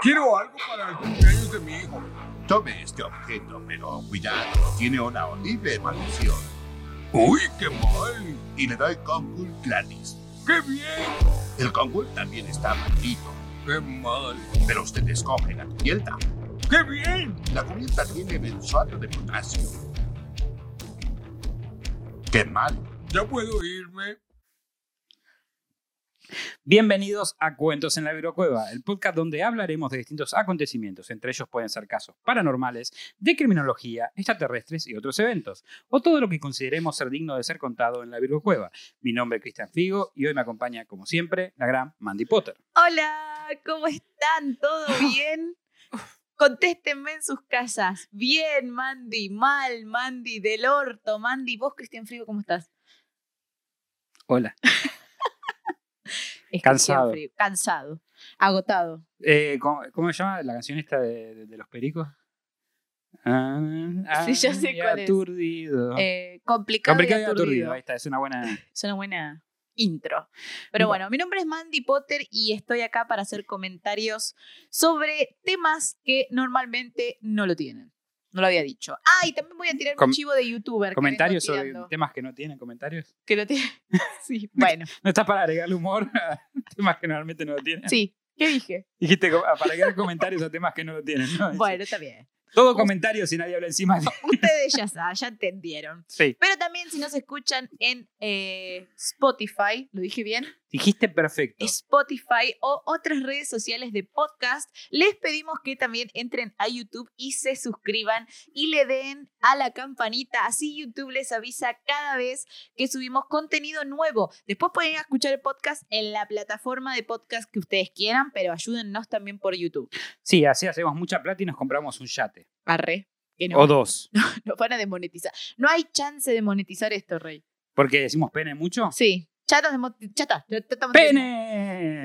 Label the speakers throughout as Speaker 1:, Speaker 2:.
Speaker 1: Quiero algo para el cumpleaños de mi hijo.
Speaker 2: Tome este objeto, pero cuidado, tiene una horrible maldición.
Speaker 1: Uy, qué mal.
Speaker 2: Y le doy Concul Clanis.
Speaker 1: ¡Qué bien!
Speaker 2: El Concul también está maldito,
Speaker 1: ¡Qué mal!
Speaker 2: pero usted escoge la cubierta.
Speaker 1: ¡Qué bien!
Speaker 2: La cubierta tiene benzoato de potasio. ¡Qué mal!
Speaker 1: ¿Ya puedo irme?
Speaker 3: Bienvenidos a Cuentos en la Birocueva, el podcast donde hablaremos de distintos acontecimientos, entre ellos pueden ser casos paranormales, de criminología, extraterrestres y otros eventos, o todo lo que consideremos ser digno de ser contado en la Birocueva. Mi nombre es Cristian Figo y hoy me acompaña, como siempre, la gran Mandy Potter.
Speaker 4: Hola, ¿cómo están? ¿Todo bien? Contéstenme en sus casas. Bien, Mandy, mal, Mandy, del orto, Mandy. Vos, Cristian Frigo, ¿cómo estás?
Speaker 3: Hola.
Speaker 4: Es Cristian
Speaker 3: Cansado.
Speaker 4: Frigo, Cansado, agotado.
Speaker 3: Eh, ¿cómo, cómo se llama la canción esta de, de- de los pericos? Ah,
Speaker 4: Sí, ya sé
Speaker 3: ay,
Speaker 4: cuál es.
Speaker 3: aturdido.
Speaker 4: Eh, complicado,
Speaker 3: Ah. Complicado y
Speaker 4: y aturdido.
Speaker 3: aturdido. Ahí está, es una buena...
Speaker 4: Es una buena intro. Pero bueno, mi nombre es Mandy Potter y estoy acá para hacer comentarios sobre temas que normalmente no lo tienen. No lo había dicho. Ah, y también voy a tirar
Speaker 3: Com-
Speaker 4: un chivo de youtuber. que vengo
Speaker 3: ¿Comentarios sobre
Speaker 4: tirando.
Speaker 3: temas que no tienen comentarios?
Speaker 4: Que lo tiene. Sí, bueno,
Speaker 3: No estás para agregarle humor a temas que normalmente no lo tienen.
Speaker 4: sí. ¿Qué dije?
Speaker 3: Dijiste co- ah, para agregar comentarios a temas que no lo tienen. ¿no?
Speaker 4: Bueno, está bien.
Speaker 3: Todo comentario si nadie habla encima. de-
Speaker 4: Ustedes ya saben, ya entendieron.
Speaker 3: Sí.
Speaker 4: Pero también si nos escuchan en eh, Spotify, ¿lo dije bien?
Speaker 3: Dijiste perfecto.
Speaker 4: Spotify o otras redes sociales de podcast, les pedimos que también entren a YouTube y se suscriban y le den a la campanita, así YouTube les avisa cada vez que subimos contenido nuevo. Después pueden ir a escuchar el podcast en la plataforma de podcast que ustedes quieran, pero ayúdennos también por YouTube.
Speaker 3: Sí, así hacemos mucha plata y nos compramos un yate.
Speaker 4: Arre, que
Speaker 3: O
Speaker 4: no,
Speaker 3: dos.
Speaker 4: nos van a desmonetizar. No hay chance de monetizar esto, Rey.
Speaker 3: Porque decimos pene mucho.
Speaker 4: Sí, ya, nos demo- ya está. ya estamos-
Speaker 3: ¡Pene!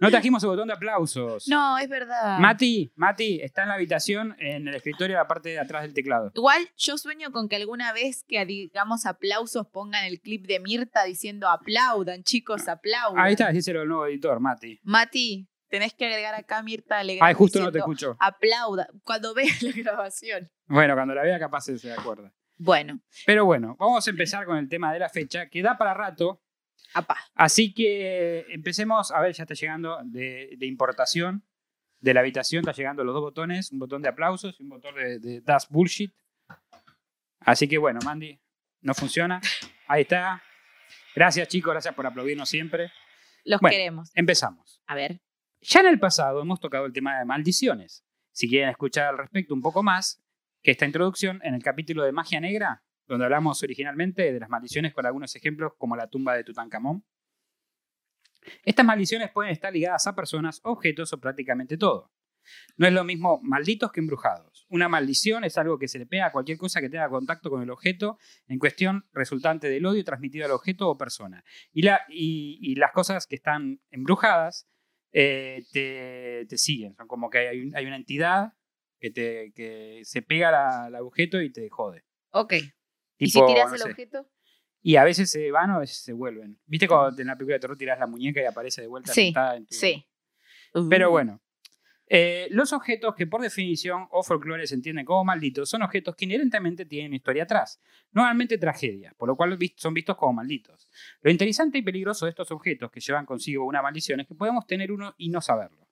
Speaker 3: No trajimos el botón de aplausos.
Speaker 4: No, es verdad.
Speaker 3: Mati, Mati, está en la habitación, en el escritorio, la parte de atrás del teclado.
Speaker 4: Igual yo sueño con que alguna vez que digamos aplausos pongan el clip de Mirta diciendo aplaudan, chicos, aplaudan.
Speaker 3: Ahí está, díselo al nuevo editor, Mati.
Speaker 4: Mati, tenés que agregar acá a Mirta Legrand
Speaker 3: Ay, justo no te
Speaker 4: diciendo,
Speaker 3: escucho.
Speaker 4: Aplauda cuando veas la grabación.
Speaker 3: Bueno, cuando la vea capaz se acuerda.
Speaker 4: Bueno,
Speaker 3: Pero bueno, vamos a empezar con el tema de la fecha, que da para rato.
Speaker 4: apá.
Speaker 3: Así que empecemos, a ver, ya está llegando de, de importación, de la habitación, está llegando los dos botones, un botón de aplausos y un botón de, de That's Bullshit. Así que bueno, Mandy, no funciona. Ahí está. Gracias chicos, gracias por aplaudirnos siempre.
Speaker 4: Los
Speaker 3: Bueno.
Speaker 4: queremos.
Speaker 3: Empezamos.
Speaker 4: A ver.
Speaker 3: Ya en el pasado hemos tocado el tema de maldiciones. Si quieren escuchar al respecto un poco más, que esta introducción en el capítulo de Magia Negra, donde hablamos originalmente de las maldiciones con algunos ejemplos como la tumba de Tutankamón. Estas maldiciones pueden estar ligadas a personas, objetos o prácticamente todo. No es lo mismo malditos que embrujados. Una maldición es algo que se le pega a cualquier cosa que tenga contacto con el objeto en cuestión resultante del odio transmitido al objeto o persona. Y, la- y- y las cosas que están embrujadas eh, te, te siguen. Son como que hay, un- hay una entidad que, te, que se pega la- al objeto y te jode.
Speaker 4: Ok. ¿Y si
Speaker 3: Tipo,
Speaker 4: tiras
Speaker 3: no
Speaker 4: el
Speaker 3: sé.
Speaker 4: objeto?
Speaker 3: Y a veces se van o a veces se vuelven. ¿Viste cuando en la película de terror tiras la muñeca y aparece de vuelta
Speaker 4: Sí,
Speaker 3: sentada en tu-
Speaker 4: Sí. Mm.
Speaker 3: Pero bueno. eh, los objetos que por definición o folclore se entienden como malditos son objetos que inherentemente tienen historia atrás, normalmente tragedias, por lo cual vis- son vistos como malditos. Lo interesante y peligroso de estos objetos que llevan consigo una maldición es que podemos tener uno y no saberlo.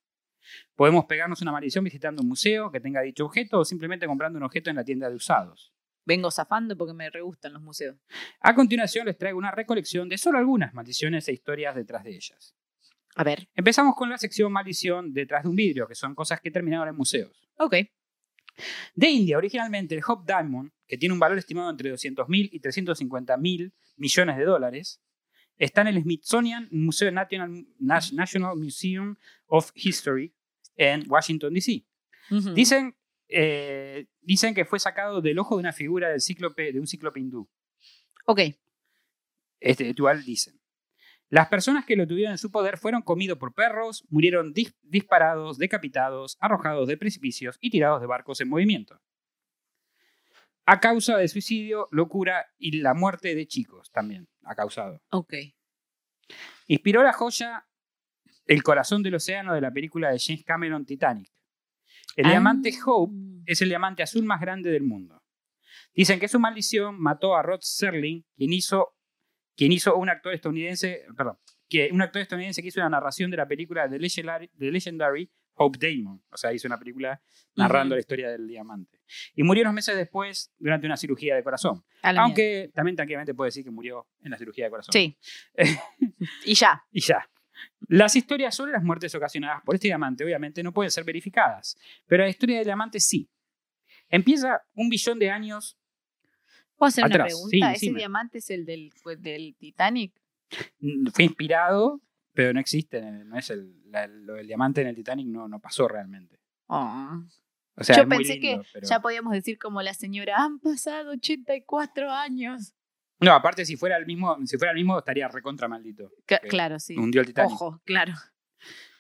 Speaker 3: Podemos pegarnos una maldición visitando un museo que tenga dicho objeto o simplemente comprando un objeto en la tienda de usados.
Speaker 4: Vengo zafando porque me re gustan los museos.
Speaker 3: A continuación les traigo una recolección de solo algunas maldiciones e historias detrás de ellas.
Speaker 4: A ver.
Speaker 3: Empezamos con la sección maldición detrás de un vidrio, que son cosas que terminaron en museos.
Speaker 4: Ok.
Speaker 3: De India, originalmente el Hop Diamond, que tiene un valor estimado entre 200.000 y 350.000 millones de dólares, está en el Smithsonian Museo National, Nas- National Museum of History en Washington, D.C.
Speaker 4: Ujú.
Speaker 3: Dicen, eh, dicen que fue sacado del ojo de una figura del cíclope, de un cíclope hindú.
Speaker 4: Ok.
Speaker 3: Este, igual dicen. Las personas que lo tuvieron en su poder fueron comidos por perros, murieron dis- disparados, decapitados, arrojados de precipicios y tirados de barcos en movimiento. A causa de suicidio, locura y la muerte de chicos también ha causado.
Speaker 4: Ok.
Speaker 3: Inspiró la joya El corazón del océano de la película de James Cameron Titanic. El
Speaker 4: Ah.
Speaker 3: diamante Hope es el diamante azul más grande del mundo. Dicen que su maldición mató a Rod Serling, quien hizo, quien hizo un actor estadounidense, perdón, que un actor estadounidense que hizo una narración de la película The Legendary, The Legendary Hope Damon. O sea, hizo una película narrando
Speaker 4: Ujú.
Speaker 3: la historia del diamante. Y murió unos meses después durante una cirugía de corazón.
Speaker 4: A la
Speaker 3: Aunque también tranquilamente puedo decir que murió en la cirugía de corazón.
Speaker 4: mierda. Sí. y ya.
Speaker 3: Y ya. Las historias sobre las muertes ocasionadas por este diamante obviamente no pueden ser verificadas, pero la historia del diamante sí. Empieza un billón de años.
Speaker 4: ¿Puedo hacer
Speaker 3: Atrás,
Speaker 4: una
Speaker 3: sí,
Speaker 4: pregunta? ¿Ese
Speaker 3: encima.
Speaker 4: diamante es el del, pues, del Titanic?
Speaker 3: mm, Fue inspirado, pero no existe. No es el, la- lo del diamante en el Titanic no, no pasó realmente.
Speaker 4: Oh.
Speaker 3: O sea,
Speaker 4: Yo
Speaker 3: es muy
Speaker 4: pensé
Speaker 3: lindo,
Speaker 4: que
Speaker 3: pero-
Speaker 4: ya podíamos decir como la señora, han pasado 84 años.
Speaker 3: No, aparte, si fuera el mismo, si fuera el mismo estaría recontra maldito.
Speaker 4: Ca-
Speaker 3: Ok.
Speaker 4: Claro, sí.
Speaker 3: Hundió el Titanic.
Speaker 4: Ojo, claro.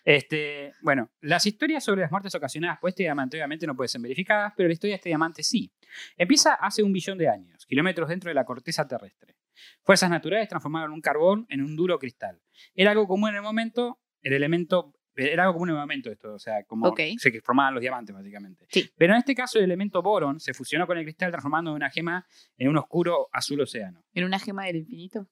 Speaker 3: Este, bueno, las historias sobre las muertes ocasionadas por este diamante obviamente no pueden ser verificadas, pero la historia de este diamante sí. Empieza hace un billón de años, kilómetros dentro de la corteza terrestre. Fuerzas naturales transformaron un carbón en un duro cristal. Era algo común en el momento, el elemento... Era algo común en el momento esto, o sea, como
Speaker 4: Ok.
Speaker 3: se que formaban los diamantes básicamente.
Speaker 4: Sí.
Speaker 3: Pero en este caso el elemento boron se fusionó con el cristal transformando una gema en un oscuro azul océano.
Speaker 4: ¿En una gema del infinito?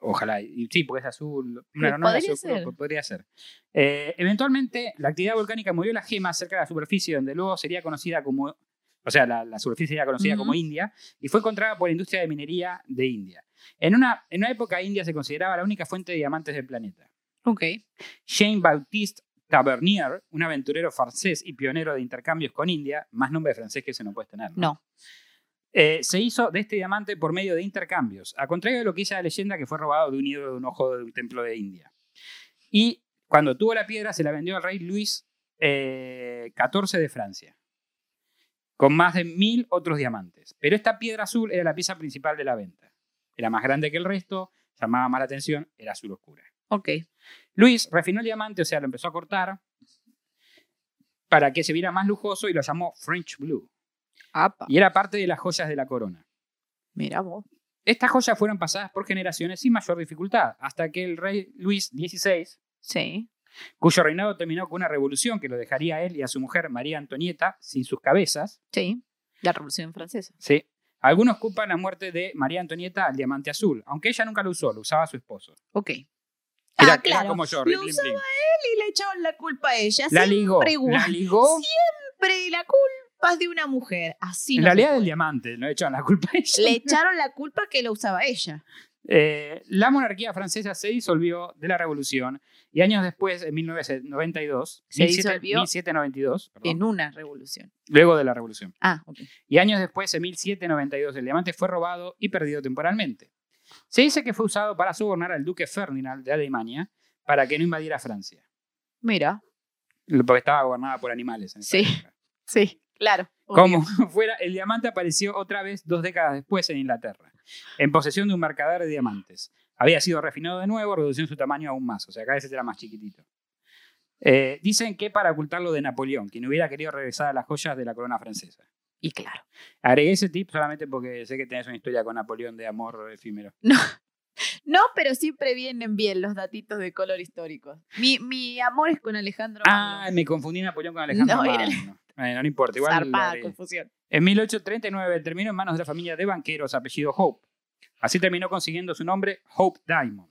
Speaker 3: Ojalá, y sí, porque es azul.
Speaker 4: Pero
Speaker 3: Una no era
Speaker 4: podría
Speaker 3: azul, pero
Speaker 4: ser.
Speaker 3: po- podría ser. Eh, eventualmente, la actividad volcánica movió la gema cerca de la superficie, donde luego sería conocida como. O sea, la, la superficie sería conocida como
Speaker 4: Ujú.
Speaker 3: India, y fue encontrada por la industria de minería de India. En una, en una época, India se consideraba la única fuente de diamantes del planeta.
Speaker 4: Ok.
Speaker 3: Jean Baptiste Tavernier, un aventurero francés y pionero de intercambios con India, más nombre de francés que se no puede tener. ¿no?
Speaker 4: No.
Speaker 3: Eh, se hizo de este diamante por medio de intercambios, a contrario de lo que dice la leyenda que fue robado de un ídolo de un ojo de un templo de India. Y cuando tuvo la piedra se la vendió al rey Luis eh, XIV de Francia, con más de mil otros diamantes. Pero esta piedra azul era la pieza principal de la venta. Era más grande que el resto, llamaba más la atención, era azul oscura.
Speaker 4: Ok.
Speaker 3: Luis refinó el diamante, o sea, lo empezó a cortar para que se viera más lujoso y lo llamó French Blue.
Speaker 4: Apa.
Speaker 3: Y era parte de las joyas de la corona.
Speaker 4: Mira vos.
Speaker 3: Estas joyas fueron pasadas por generaciones sin mayor dificultad, hasta que el rey Luis XVI,
Speaker 4: Sí.
Speaker 3: cuyo reinado terminó con una revolución que lo dejaría a él y a su mujer María Antonieta sin sus cabezas,
Speaker 4: Sí. La Revolución Francesa.
Speaker 3: ¿sí? algunos culpan la muerte de María Antonieta al diamante azul, aunque ella nunca lo usó, lo usaba su esposo.
Speaker 4: Ok.
Speaker 3: Era,
Speaker 4: ah,
Speaker 3: era
Speaker 4: claro.
Speaker 3: como yo,
Speaker 4: Lo
Speaker 3: rim, rim,
Speaker 4: usaba
Speaker 3: rim.
Speaker 4: Y le echaban la culpa a ella.
Speaker 3: La ligó,
Speaker 4: siempre igual.
Speaker 3: la ligó
Speaker 4: Siempre la culpa es de una mujer. Así
Speaker 3: en
Speaker 4: no se
Speaker 3: realidad
Speaker 4: puede.
Speaker 3: del diamante, no le echaban la culpa a ella.
Speaker 4: Le echaron la culpa que lo usaba ella.
Speaker 3: Eh, la monarquía francesa se disolvió de la revolución y años después, en 1992,
Speaker 4: Se disolvió
Speaker 3: 1792, perdón,
Speaker 4: En una revolución.
Speaker 3: luego de la revolución,
Speaker 4: Ah, ok.
Speaker 3: y años después, en 1792, el diamante fue robado y perdido temporalmente. Se dice que fue usado para sobornar al duque Ferdinand de Alemania para que no invadiera Francia,
Speaker 4: Mira.
Speaker 3: porque estaba gobernada por animales. En esa
Speaker 4: Sí.
Speaker 3: época.
Speaker 4: Sí. Claro. obvio.
Speaker 3: Como fuera, el diamante apareció otra vez dos décadas después en Inglaterra, en posesión de un mercader de diamantes. Había sido refinado de nuevo, reduciendo su tamaño aún más, o sea, cada vez era más chiquitito. Eh, dicen que para ocultarlo de Napoleón, quien hubiera querido regresar a las joyas de la corona francesa.
Speaker 4: Y claro.
Speaker 3: Agregué ese tip solamente porque sé que tenés una historia con Napoleón de amor efímero.
Speaker 4: No, pero siempre vienen bien los datitos de color históricos. Mi, mi amor es con Alejandro
Speaker 3: Ah, me confundí Napoleón con Alejandro
Speaker 4: No, era-
Speaker 3: Magno. Bueno, no importa, igual.
Speaker 4: Magno.
Speaker 3: lo
Speaker 4: Zarpada
Speaker 3: agregué.
Speaker 4: confusión.
Speaker 3: En 1839 terminó en manos de la familia de banqueros, apellido Hope. Así terminó consiguiendo su nombre Hope Diamond.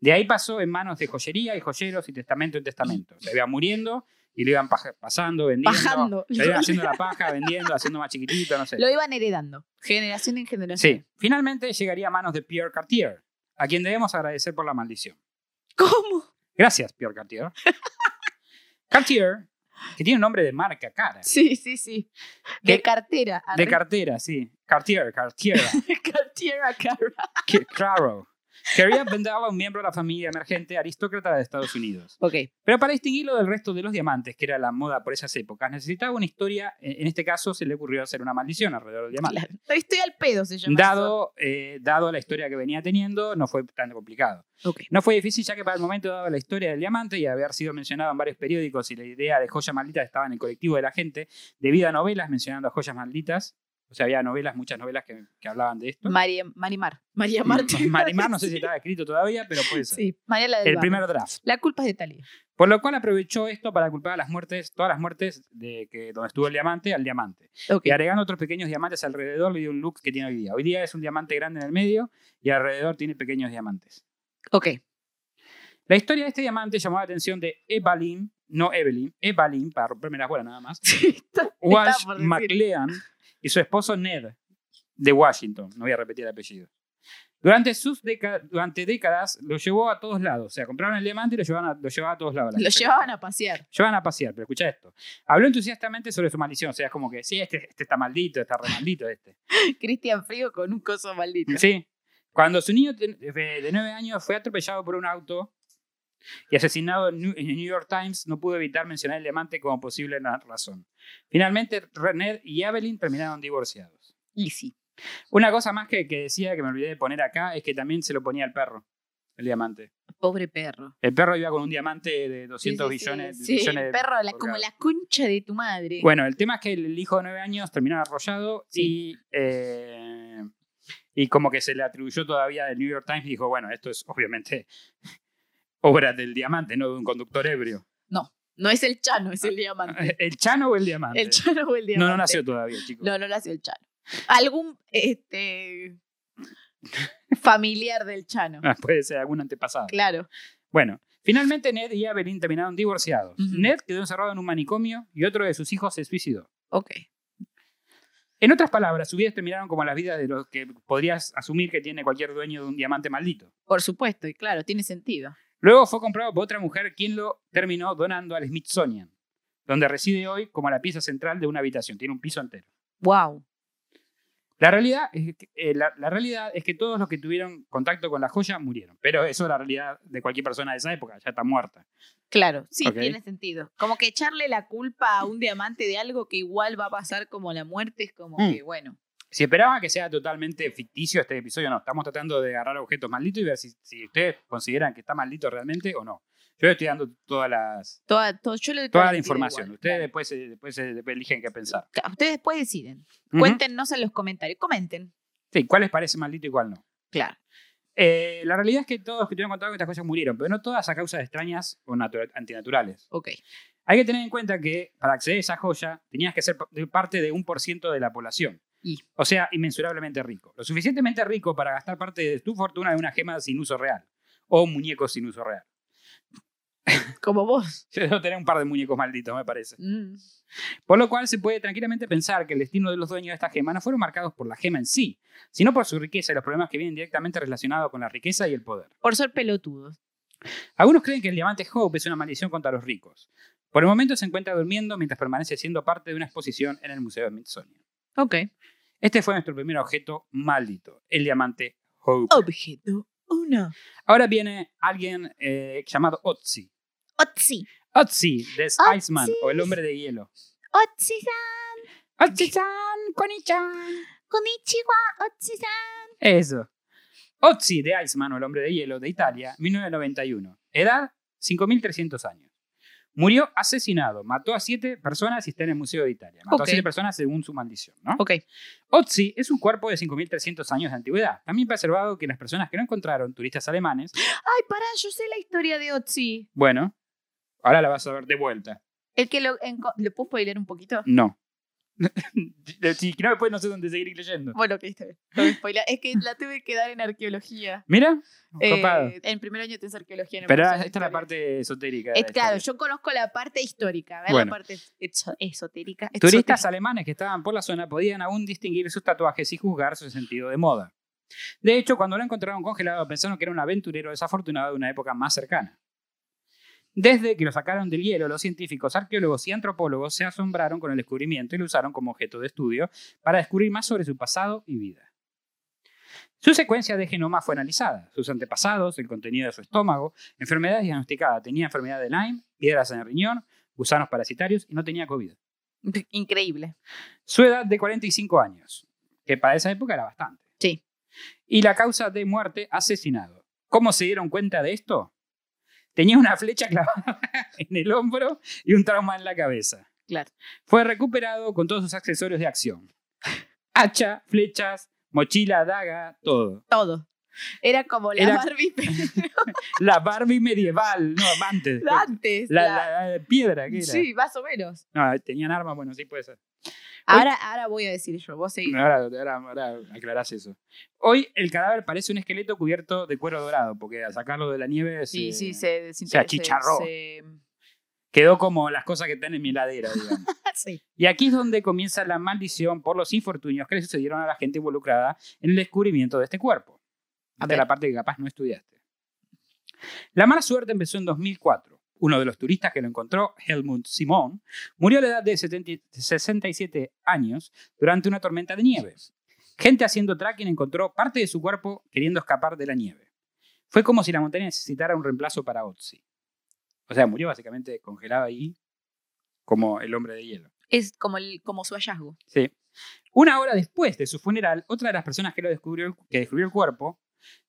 Speaker 3: De ahí pasó en manos de joyería y joyeros y testamento en testamento. Se iba muriendo y lo iban paja- pasando, vendiendo.
Speaker 4: Bajando.
Speaker 3: Se iban haciendo la paja, vendiendo, haciendo más chiquitito, no sé.
Speaker 4: Lo iban heredando. Generación en generación.
Speaker 3: Sí, finalmente llegaría a manos de Pierre Cartier, a quien debemos agradecer por la maldición.
Speaker 4: ¿Cómo?
Speaker 3: Gracias, Pierre Cartier. Cartier, que tiene un nombre de marca cara.
Speaker 4: Sí, sí, sí. De
Speaker 3: De-
Speaker 4: cartera.
Speaker 3: De
Speaker 4: arre.
Speaker 3: cartera, sí. Cartier, Cartier.
Speaker 4: cartera, cara.
Speaker 3: Que- claro. Quería venderlo a un miembro de la familia emergente aristócrata de Estados Unidos.
Speaker 4: Ok.
Speaker 3: Pero para distinguirlo del resto de los diamantes, que era la moda por esas épocas, necesitaba una historia. En en este caso, se le ocurrió hacer una maldición alrededor del diamante.
Speaker 4: claro. Estoy al pedo, se llama.
Speaker 3: Dado, eh, dado la historia que venía teniendo, no fue tan complicado.
Speaker 4: eso. Ok.
Speaker 3: No fue difícil, ya que para el momento, dado la historia del diamante y haber sido mencionado en varios periódicos y la idea de joyas malditas estaba en el colectivo de la gente, debido a novelas mencionando a joyas malditas, O sea, había novelas, muchas novelas que, que hablaban de esto.
Speaker 4: María, Marimar. María Martín.
Speaker 3: Marimar, no sé si estaba escrito todavía, pero puede ser.
Speaker 4: Sí, María la del
Speaker 3: El
Speaker 4: Barrio.
Speaker 3: primer draft.
Speaker 4: La culpa es de Talía.
Speaker 3: Por lo cual aprovechó esto para culpar a las muertes, todas las muertes de que donde estuvo el diamante, al diamante.
Speaker 4: Ok.
Speaker 3: Y agregando otros pequeños diamantes alrededor le dio un look que tiene hoy día. Hoy día es un diamante grande en el medio y alrededor tiene pequeños diamantes.
Speaker 4: Ok.
Speaker 3: La historia de este diamante llamó la atención de Evelyn, no Evelyn, Evelyn, para romperme las bolas nada más,
Speaker 4: Está-
Speaker 3: Wash
Speaker 4: por decir.
Speaker 3: McLean y su esposo Ned de Washington. No voy a repetir el apellido. Durante, sus deca- durante décadas lo llevó a todos lados. O sea, compraron el diamante y lo llevaban a, lo llevaba a todos lados.
Speaker 4: Lo llevaban a pasear.
Speaker 3: Llevan a pasear, pero escucha esto. Habló entusiastamente sobre su maldición. O sea, es como que, sí, este, este está maldito, está re maldito este.
Speaker 4: Cristian Frío con un coso maldito.
Speaker 3: Sí. Cuando su niño ten- de de nueve años fue atropellado por un auto y asesinado en New- en el New York Times, no pudo evitar mencionar el diamante como posible na- razón. Finalmente, René y Evelyn terminaron divorciados.
Speaker 4: Easy.
Speaker 3: Una cosa más que, que decía que me olvidé de poner acá es que también se lo ponía al perro, el diamante.
Speaker 4: Pobre perro.
Speaker 3: El perro iba con un diamante de 200
Speaker 4: Sí, sí, sí.
Speaker 3: billones.
Speaker 4: Sí,
Speaker 3: billones de
Speaker 4: el perro, la- como
Speaker 3: pulgadas.
Speaker 4: la concha de tu madre.
Speaker 3: Bueno, el tema es que el hijo de nueve años terminó arrollado
Speaker 4: Sí.
Speaker 3: y, eh, y como que se le atribuyó todavía el New York Times y dijo, bueno, esto es obviamente obra del diamante, no de un conductor ebrio.
Speaker 4: No es el Chano, es el diamante.
Speaker 3: ¿El Chano o el diamante?
Speaker 4: El Chano o el diamante.
Speaker 3: No, no nació todavía, chicos.
Speaker 4: No, no nació el Chano. Algún este familiar del Chano.
Speaker 3: Ah, Puede ser algún antepasado.
Speaker 4: Claro.
Speaker 3: Bueno, finalmente Ned y Evelyn terminaron divorciados.
Speaker 4: Ujú.
Speaker 3: Ned quedó encerrado en un manicomio y otro de sus hijos se suicidó.
Speaker 4: Ok.
Speaker 3: En otras palabras, sus vidas terminaron como las vidas de los que podrías asumir que tiene cualquier dueño de un diamante maldito.
Speaker 4: Por supuesto, y claro, tiene sentido.
Speaker 3: Luego fue comprado por otra mujer quien lo terminó donando al Smithsonian, donde reside hoy como la pieza central de una habitación, tiene un piso entero.
Speaker 4: Wow.
Speaker 3: La realidad, es que, eh, la, la realidad es que todos los que tuvieron contacto con la joya murieron, pero eso es la realidad de cualquier persona de esa época, ya está muerta.
Speaker 4: Claro, sí,
Speaker 3: Ok.
Speaker 4: tiene sentido. Como que echarle la culpa a un diamante de algo que igual va a pasar como la muerte es como
Speaker 3: Mm.
Speaker 4: que, bueno,
Speaker 3: Si esperaban que sea totalmente ficticio este episodio, no, estamos tratando de agarrar objetos malditos y ver si, si ustedes consideran que está maldito realmente o no. Yo estoy dando todas las,
Speaker 4: toda, todo, yo le doy
Speaker 3: toda la
Speaker 4: sentido
Speaker 3: información,
Speaker 4: igual,
Speaker 3: ustedes después, eh, después, eh, eligen qué pensar.
Speaker 4: claro. Ustedes después deciden.
Speaker 3: Ujú.
Speaker 4: Cuéntenos en los comentarios. Comenten.
Speaker 3: Sí, ¿Cuál les parece maldito y cuál no?
Speaker 4: Claro.
Speaker 3: Eh, la realidad es que todos los que tuvieron contacto con estas cosas murieron, pero no todas a causas extrañas o natura- antinaturales.
Speaker 4: Ok.
Speaker 3: Hay que tener en cuenta que para acceder a esa joya tenías que ser pa- de parte de un por ciento de la población.
Speaker 4: Y.
Speaker 3: O sea, inmensurablemente rico. Lo suficientemente rico para gastar parte de tu fortuna en una gema sin uso real. O un muñeco sin uso real.
Speaker 4: Como vos.
Speaker 3: Yo debo tener un par de muñecos malditos, me parece.
Speaker 4: Mm.
Speaker 3: Por lo cual se puede tranquilamente pensar que el destino de los dueños de esta gema no fueron marcados por la gema en sí, sino por su riqueza y los problemas que vienen directamente relacionados con la riqueza y el poder.
Speaker 4: Por ser pelotudos.
Speaker 3: Algunos creen que el diamante Hope es una maldición contra los ricos. Por el momento se encuentra durmiendo mientras permanece siendo parte de una exposición en el Museo de Smithsonian.
Speaker 4: Ok.
Speaker 3: Este fue nuestro primer objeto maldito, el diamante Hope.
Speaker 4: Objeto uno.
Speaker 3: Ahora viene alguien eh, llamado Otzi.
Speaker 4: Otzi.
Speaker 3: Otzi, de
Speaker 4: Otzi.
Speaker 3: Iceman, o el hombre de hielo.
Speaker 4: Otsi-san.
Speaker 3: Otzi-san, Koni-chan.
Speaker 4: Konnichiwa. Otsi-san.
Speaker 3: Eso. Otzi, de Iceman, o el hombre de hielo, de Italia, 1991. Edad, 5.300 años. Murió asesinado, mató a siete personas y está en el Museo de Italia. Mató
Speaker 4: Ok.
Speaker 3: a siete personas según su maldición, ¿no?
Speaker 4: Ok.
Speaker 3: Otzi es un cuerpo de 5.300 años de antigüedad. También preservado que las personas que lo encontraron, turistas alemanes,
Speaker 4: Ay, pará, yo sé la historia de Otzi.
Speaker 3: bueno, ahora la vas a ver de vuelta.
Speaker 4: El que lo... enco- ¿Lo puedo spoiler un poquito?
Speaker 3: No. si no, después no sé dónde seguir leyendo.
Speaker 4: Bueno, ok, está bien. No voy a spoiler. Es que la tuve que dar en arqueología.
Speaker 3: Mira,
Speaker 4: Eh,
Speaker 3: copado.
Speaker 4: en primer año tenés arqueología. en el
Speaker 3: Pero
Speaker 4: Museo
Speaker 3: esta
Speaker 4: de
Speaker 3: es la
Speaker 4: Historia.
Speaker 3: parte esotérica. de
Speaker 4: Eh,
Speaker 3: la
Speaker 4: claro,
Speaker 3: historia.
Speaker 4: yo conozco la parte histórica, ¿verdad?
Speaker 3: Bueno.
Speaker 4: La parte exo- esotérica.
Speaker 3: Turistas
Speaker 4: exotérica.
Speaker 3: alemanes que estaban por la zona podían aún distinguir sus tatuajes y juzgar su sentido de moda. De hecho, cuando lo encontraron congelado, pensaron que era un aventurero desafortunado de una época más cercana. Desde que lo sacaron del hielo, los científicos, arqueólogos y antropólogos se asombraron con el descubrimiento y lo usaron como objeto de estudio para descubrir más sobre su pasado y vida. Su secuencia de genoma fue analizada, sus antepasados, el contenido de su estómago, enfermedades diagnosticadas, tenía enfermedad de Lyme, piedras en el riñón, gusanos parasitarios y no tenía COVID.
Speaker 4: Increíble.
Speaker 3: Su edad de 45 años, que para esa época era bastante.
Speaker 4: Sí.
Speaker 3: Y la causa de muerte, asesinado. ¿Cómo se dieron cuenta de esto? Tenía una flecha clavada en el hombro y un trauma en la cabeza.
Speaker 4: Claro.
Speaker 3: Fue recuperado con todos sus accesorios de acción. hacha, flechas, mochila, daga, todo.
Speaker 4: Todo. Era como la
Speaker 3: Era-
Speaker 4: Barbie pero
Speaker 3: La Barbie medieval, no, antes.
Speaker 4: antes.
Speaker 3: La,
Speaker 4: la-
Speaker 3: la- la piedra, ¿qué era?
Speaker 4: Sí, más o menos.
Speaker 3: No, tenían armas, bueno, sí puede ser.
Speaker 4: Ahora, ahora voy a decir yo, vos seguís.
Speaker 3: Ahora, ahora, ahora aclarás eso. Hoy el cadáver parece un esqueleto cubierto de cuero dorado, porque al sacarlo de la nieve
Speaker 4: Sí,
Speaker 3: se-
Speaker 4: sí, se desinter-
Speaker 3: se achicharró.
Speaker 4: se-
Speaker 3: quedó como las cosas que están en mi heladera, digamos.
Speaker 4: Ah, sí.
Speaker 3: Y aquí es donde comienza la maldición por los infortunios que le sucedieron a la gente involucrada en el descubrimiento de este cuerpo. Esta
Speaker 4: A
Speaker 3: es
Speaker 4: ver.
Speaker 3: la parte que capaz no estudiaste. La mala suerte empezó en 2004. Uno de los turistas que lo encontró, Helmut Simón, murió a la edad de 70 y- 67 años durante una tormenta de nieve. Gente haciendo trekking encontró parte de su cuerpo queriendo escapar de la nieve. Fue como si la montaña necesitara un reemplazo para Otzi. O sea, murió básicamente congelado ahí como el hombre de hielo.
Speaker 4: Es como, el, como su hallazgo.
Speaker 3: Sí. Una hora después de su funeral, otra de las personas que, lo descubrió, que descubrió el cuerpo,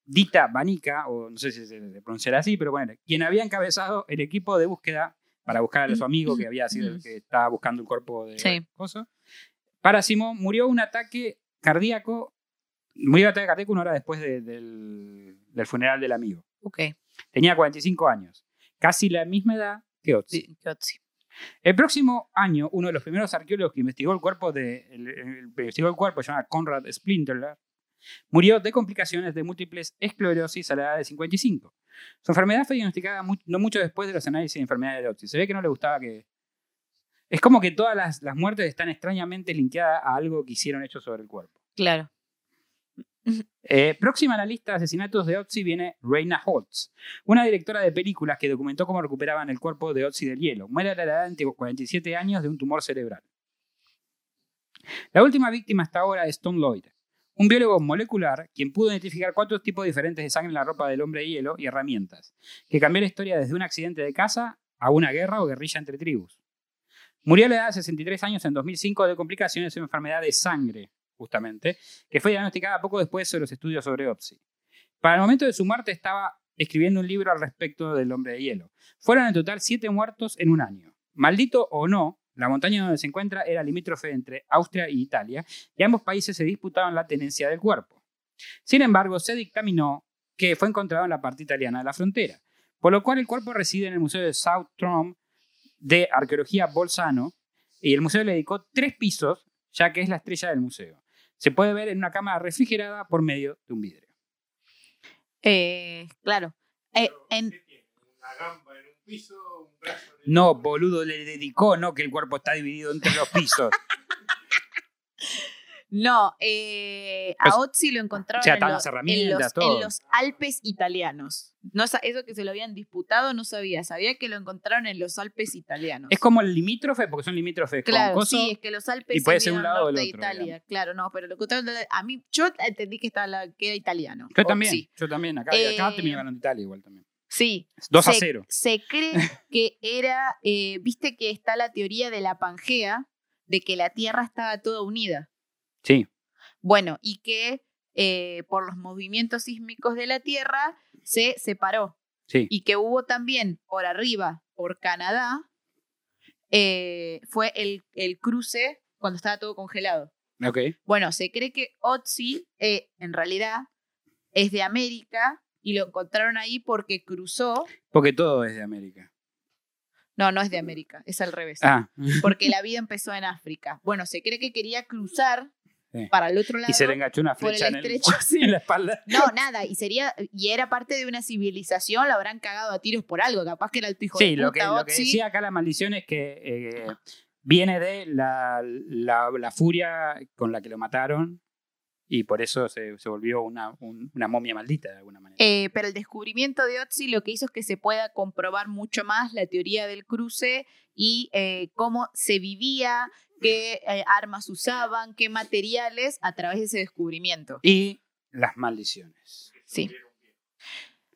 Speaker 3: Dita Banica, o no sé si se se pronunciará así, pero bueno, quien había encabezado el equipo de búsqueda para buscar a su amigo que había sido el que estaba buscando el cuerpo de
Speaker 4: Sí.
Speaker 3: Coso, para Simón murió un ataque cardíaco, murió de ataque cardíaco una hora después de- del, del funeral del amigo.
Speaker 4: Ok.
Speaker 3: Tenía 45 años, casi la misma edad que Otzi.
Speaker 4: Sí, Yotzi.
Speaker 3: El próximo año, uno de los primeros arqueólogos que investigó el cuerpo de el, el- investigó el cuerpo, llamado Conrad Splinter, murió de complicaciones de múltiples esclerosis a la edad de 55. Su enfermedad fue diagnosticada mu- no mucho después de los análisis de enfermedad de Otzi. Se ve que no le gustaba que... Es como que todas las, las muertes están extrañamente linkeadas a algo que hicieron ellos sobre el cuerpo.
Speaker 4: Claro.
Speaker 3: Eh, próxima a la lista de asesinatos de Otzi viene Reina Holtz, una directora de películas que documentó cómo recuperaban el cuerpo de Otzi del hielo. Muere a la edad de 47 años de un tumor cerebral. La última víctima hasta ahora es Tom Lloyd, un biólogo molecular quien pudo identificar cuatro tipos diferentes de sangre en la ropa del hombre de hielo y herramientas, que cambió la historia desde un accidente de caza a una guerra o guerrilla entre tribus. Murió a la edad de 63 años en 2005 de complicaciones de una enfermedad de sangre, justamente, que fue diagnosticada poco después de los estudios sobre Opsi. Para el momento de su muerte estaba escribiendo un libro al respecto del hombre de hielo. Fueron en total siete muertos en un año. Maldito o no, la montaña donde se encuentra era limítrofe entre Austria y Italia, y ambos países se disputaban la tenencia del cuerpo. Sin embargo, se dictaminó que fue encontrado en la parte italiana de la frontera, por lo cual el cuerpo reside en el Museo de South Trump de Arqueología Bolzano, y el museo le dedicó tres pisos, ya que es la estrella del museo. Se puede ver en una cámara refrigerada por medio de un vidrio.
Speaker 4: Eh, claro. Eh, en-
Speaker 2: Una gamba en un piso, un brazo en
Speaker 3: No, boludo, le dedicó, no que el cuerpo está dividido entre los pisos.
Speaker 4: no, eh,
Speaker 3: Pues-
Speaker 4: a Otzi lo encontraron
Speaker 3: O sea,
Speaker 4: en,
Speaker 3: estaban
Speaker 4: lo-
Speaker 3: las
Speaker 4: en
Speaker 3: herramientas,
Speaker 4: los,
Speaker 3: todo.
Speaker 4: en los Alpes italianos. No, sa- eso que se lo habían disputado no sabía. Sabía que lo encontraron en los Alpes italianos.
Speaker 3: Es como el limítrofe, porque son limítrofes
Speaker 4: Claro,
Speaker 3: con coso.
Speaker 4: sí, es que los Alpes
Speaker 3: y puede ser
Speaker 4: dividen
Speaker 3: un lado o el
Speaker 4: norte de
Speaker 3: otro,
Speaker 4: Italia,
Speaker 3: digamos.
Speaker 4: claro, no, pero lo que usted a mí yo entendí que estaba la- que era italiano.
Speaker 3: Yo
Speaker 4: o
Speaker 3: también,
Speaker 4: Sí,
Speaker 3: yo también. Acá, acá
Speaker 4: Eh,
Speaker 3: te me ganaron Italia igual también.
Speaker 4: sí,
Speaker 3: 2 a
Speaker 4: se-
Speaker 3: 0.
Speaker 4: Se cree que era, eh, viste que está la teoría de la Pangea, de que la Tierra estaba toda unida.
Speaker 3: Sí.
Speaker 4: Bueno, y que eh, por los movimientos sísmicos de la Tierra se separó.
Speaker 3: Sí.
Speaker 4: Y que hubo también por arriba, por Canadá, eh, fue el, el cruce cuando estaba todo congelado.
Speaker 3: Ok.
Speaker 4: Bueno, se cree que Otzi, eh, en realidad, es de América y lo encontraron ahí porque cruzó.
Speaker 3: Porque todo es de América.
Speaker 4: No, no es de América, es al revés.
Speaker 3: Ah,
Speaker 4: Porque la vida empezó en África. Bueno, se cree que quería cruzar
Speaker 3: Sí.
Speaker 4: para el otro lado.
Speaker 3: y se le enganchó una
Speaker 4: por el
Speaker 3: flecha en, el-
Speaker 4: estrecho, sí.
Speaker 3: en la espalda.
Speaker 4: No, nada, y sería y era parte de una civilización, lo habrán cagado a tiros por algo, capaz que era el tu hijo
Speaker 3: Sí,
Speaker 4: de
Speaker 3: lo que,
Speaker 4: puta,
Speaker 3: lo que
Speaker 4: Otzi.
Speaker 3: decía acá la maldición es que eh, viene de la, la, la furia con la que lo mataron y por eso se, se volvió una, un- una momia maldita de alguna manera.
Speaker 4: Eh, pero el descubrimiento de Otzi lo que hizo es que se pueda comprobar mucho más la teoría del cruce y eh, cómo se vivía, qué eh, armas usaban, qué materiales a través de ese descubrimiento.
Speaker 3: Y las maldiciones.
Speaker 4: Sí,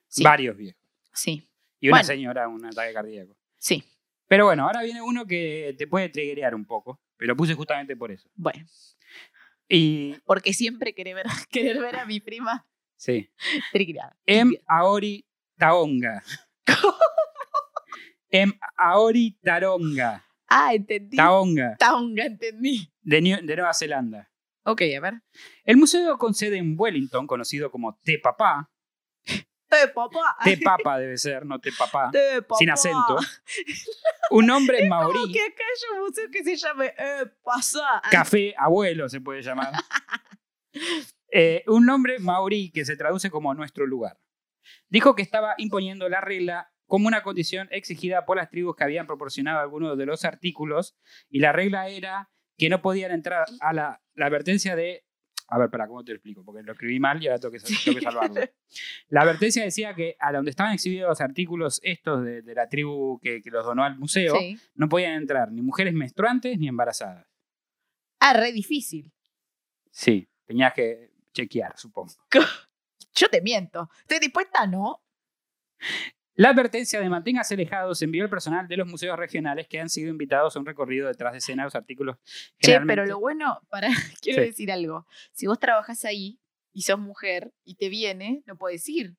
Speaker 4: Sí.
Speaker 3: Varios viejos.
Speaker 4: sí,
Speaker 3: Y una
Speaker 4: Bueno.
Speaker 3: señora, un ataque cardíaco.
Speaker 4: sí.
Speaker 3: Pero bueno, ahora viene uno que te puede triggerear un poco. Pero lo puse justamente por eso.
Speaker 4: Bueno,
Speaker 3: Y
Speaker 4: porque siempre querer ver, querer ver a mi prima
Speaker 3: sí.
Speaker 4: trigrada.
Speaker 3: M. Aori Taonga. M. Aori Taronga.
Speaker 4: Ah, entendí.
Speaker 3: Taonga.
Speaker 4: Taonga, entendí.
Speaker 3: De, New- de Nueva Zelanda.
Speaker 4: Ok, a ver.
Speaker 3: El museo con sede en Wellington, conocido como Te Papá,
Speaker 4: Te papá.
Speaker 3: Te Papa debe ser, no Te Papá,
Speaker 4: Te papá.
Speaker 3: sin acento, un hombre
Speaker 4: Como
Speaker 3: maorí,
Speaker 4: que acá hay un museo que se llame eh, Pasá.
Speaker 3: café abuelo se puede llamar, Eh, un nombre maorí que se traduce como nuestro lugar. Dijo que estaba imponiendo la regla como una condición exigida por las tribus que habían proporcionado algunos de los artículos y la regla era que no podían entrar a la, la advertencia de... A ver, para, ¿cómo te lo explico? Porque lo escribí mal y ahora tengo que, sal- tengo que salvarlo. La advertencia decía que a donde estaban exhibidos los artículos estos de, de la tribu que, que los donó al museo,
Speaker 4: Sí.
Speaker 3: no podían entrar ni mujeres menstruantes ni embarazadas.
Speaker 4: Ah, re difícil.
Speaker 3: Sí, tenías que chequear, supongo.
Speaker 4: Yo te miento. Estoy dispuesta, ¿no?
Speaker 3: La advertencia de manténgase alejados envió el personal de los museos regionales que han sido invitados a un recorrido detrás de escena de los artículos.
Speaker 4: Che,
Speaker 3: generalmente-
Speaker 4: pero lo bueno, para, quiero
Speaker 3: Sí.
Speaker 4: decir algo. Si vos trabajás ahí y sos mujer y te viene, no puedes ir.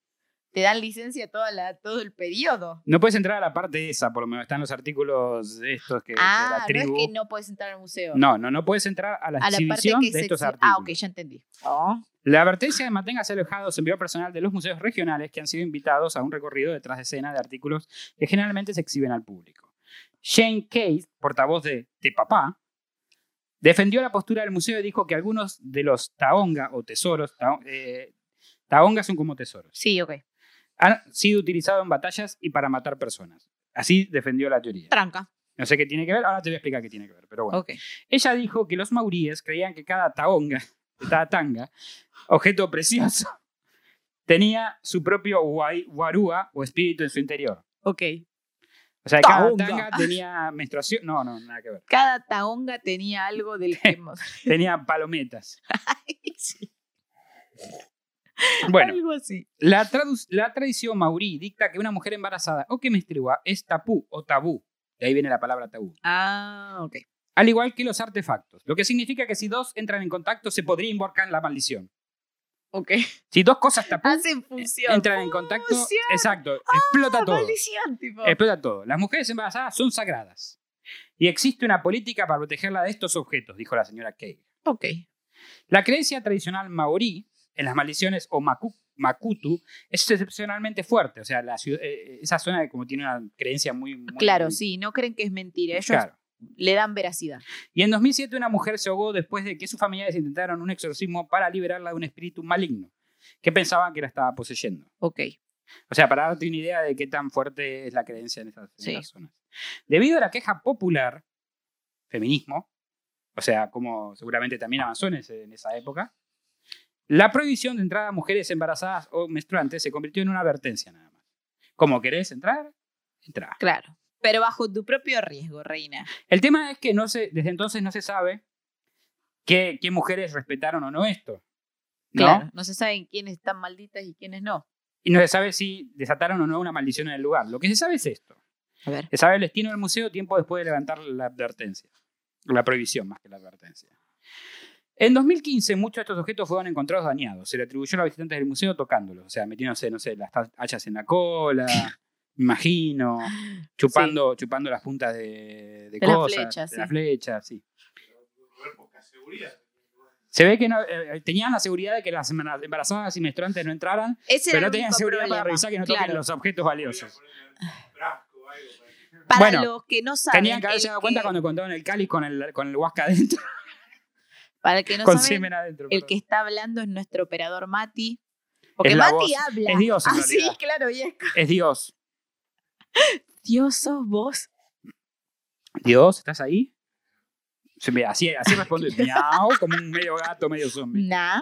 Speaker 4: Te dan licencia toda la, todo el periodo.
Speaker 3: No puedes entrar a la parte esa, por lo menos están los artículos estos que, que Eh,
Speaker 4: ah,
Speaker 3: la tribu...
Speaker 4: no es que no puedes entrar al museo.
Speaker 3: no, no, no puedes entrar a la
Speaker 4: a la parte
Speaker 3: exhibición
Speaker 4: que
Speaker 3: de
Speaker 4: se
Speaker 3: estos
Speaker 4: exhi-
Speaker 3: artículos.
Speaker 4: Ah, ok, ya entendí. Oh.
Speaker 3: La advertencia de manténgase alejados envió al personal de los museos regionales que han sido invitados a un recorrido detrás de escena de artículos que generalmente se exhiben al público. Shane Case, portavoz de Te Papá, defendió la postura del museo y dijo que algunos de los taonga o tesoros, tao- eh, taonga son como tesoros,
Speaker 4: Sí, ok.
Speaker 3: han sido utilizados en batallas y para matar personas. Así defendió la teoría.
Speaker 4: Tranca.
Speaker 3: No sé qué tiene que ver, ahora te voy a explicar qué tiene que ver, pero bueno.
Speaker 4: Ok.
Speaker 3: Ella dijo que los mauríes creían que cada taonga, cada tanga, objeto precioso, tenía su propio guai- guarúa o espíritu en su interior.
Speaker 4: Ok.
Speaker 3: O sea,
Speaker 4: Taonga.
Speaker 3: cada tanga tenía menstruación. No, no, nada que ver.
Speaker 4: Cada taonga tenía algo del que hemos-
Speaker 3: Tenía palometas.
Speaker 4: Sí,
Speaker 3: Bueno,
Speaker 4: algo así.
Speaker 3: la, tradu- la tradición maurí dicta que una mujer embarazada o que menstrua es tapú o tabú. De ahí viene la palabra tabú.
Speaker 4: Ah, ok.
Speaker 3: Al igual que los artefactos. Lo que significa que si dos entran en contacto se podría invocar la maldición.
Speaker 4: Ok.
Speaker 3: Si dos cosas tapú
Speaker 4: Hacen función.
Speaker 3: entran en contacto,
Speaker 4: Función.
Speaker 3: exacto, explota
Speaker 4: Ah,
Speaker 3: todo.
Speaker 4: maldición, tipo.
Speaker 3: Explota todo. Las mujeres embarazadas son sagradas. Y existe una política para protegerla de estos objetos, dijo la señora Kay.
Speaker 4: Ok.
Speaker 3: La creencia tradicional maorí en las maldiciones o macu- makutu es excepcionalmente fuerte. O sea, la ciu- eh, eh, esa zona como tiene una creencia muy... muy-
Speaker 4: Claro, sí, no creen que es mentira. Ellos
Speaker 3: Claro.
Speaker 4: le dan veracidad.
Speaker 3: Y en 2007 una mujer se ahogó después de que sus familiares intentaron un exorcismo para liberarla de un espíritu maligno que pensaban que la estaba poseyendo.
Speaker 4: Ok.
Speaker 3: O sea, para darte una idea de qué tan fuerte es la creencia en esas, en
Speaker 4: Sí.
Speaker 3: esas zonas. Debido a la queja popular, feminismo, o sea, como seguramente también avanzó en, ese- en esa época, la prohibición de entrada a mujeres embarazadas o menstruantes se convirtió en una advertencia nada más. Como querés entrar, entra.
Speaker 4: Claro. Pero bajo tu propio riesgo, reina.
Speaker 3: El tema es que no se, desde entonces no se sabe qué, qué mujeres respetaron o no esto. ¿no?
Speaker 4: Claro. No se saben quiénes están malditas y quiénes no.
Speaker 3: Y no se sabe si desataron o no una maldición en el lugar. Lo que se sabe es esto.
Speaker 4: A ver.
Speaker 3: Se sabe el destino del museo tiempo después de levantar la advertencia. La prohibición más que la advertencia. En 2015, muchos de estos objetos fueron encontrados dañados. Se le atribuyó a los visitantes del museo tocándolos. O sea, metiéndose, no sé, las ta- hachas en la cola, me imagino, chupando, chupando las puntas de, de
Speaker 4: las
Speaker 3: cosas.
Speaker 4: flechas,
Speaker 3: de
Speaker 4: sí.
Speaker 3: las flechas, sí.
Speaker 2: Poca seguridad.
Speaker 3: Se ve que no- eh, tenían la seguridad de que las embara- embarazadas y menstruantes no entraran,
Speaker 4: Ese
Speaker 3: pero no
Speaker 4: era el
Speaker 3: tenían
Speaker 4: único
Speaker 3: seguridad
Speaker 4: problema.
Speaker 3: para revisar que no
Speaker 4: Claro.
Speaker 3: toquen los objetos valiosos.
Speaker 4: Para
Speaker 3: Bueno,
Speaker 4: los que no saben.
Speaker 3: Tenían que haberse
Speaker 4: el
Speaker 3: dado cuenta
Speaker 4: que-
Speaker 3: cuando encontraron el cáliz con el, con el huasca adentro.
Speaker 4: Para el que no
Speaker 3: con
Speaker 4: saben,
Speaker 3: semen adentro.
Speaker 4: el
Speaker 3: perdón.
Speaker 4: que está hablando es nuestro operador Mati. Porque
Speaker 3: Es la
Speaker 4: Mati
Speaker 3: voz.
Speaker 4: habla.
Speaker 3: Es Dios, en
Speaker 4: Ah, sí,
Speaker 3: realidad.
Speaker 4: claro. Y es como,
Speaker 3: Es Dios.
Speaker 4: Dios sos vos.
Speaker 3: Dios, ¿estás ahí? Se me- así, así responde, miau, como un medio gato, medio zombie.
Speaker 4: Nah.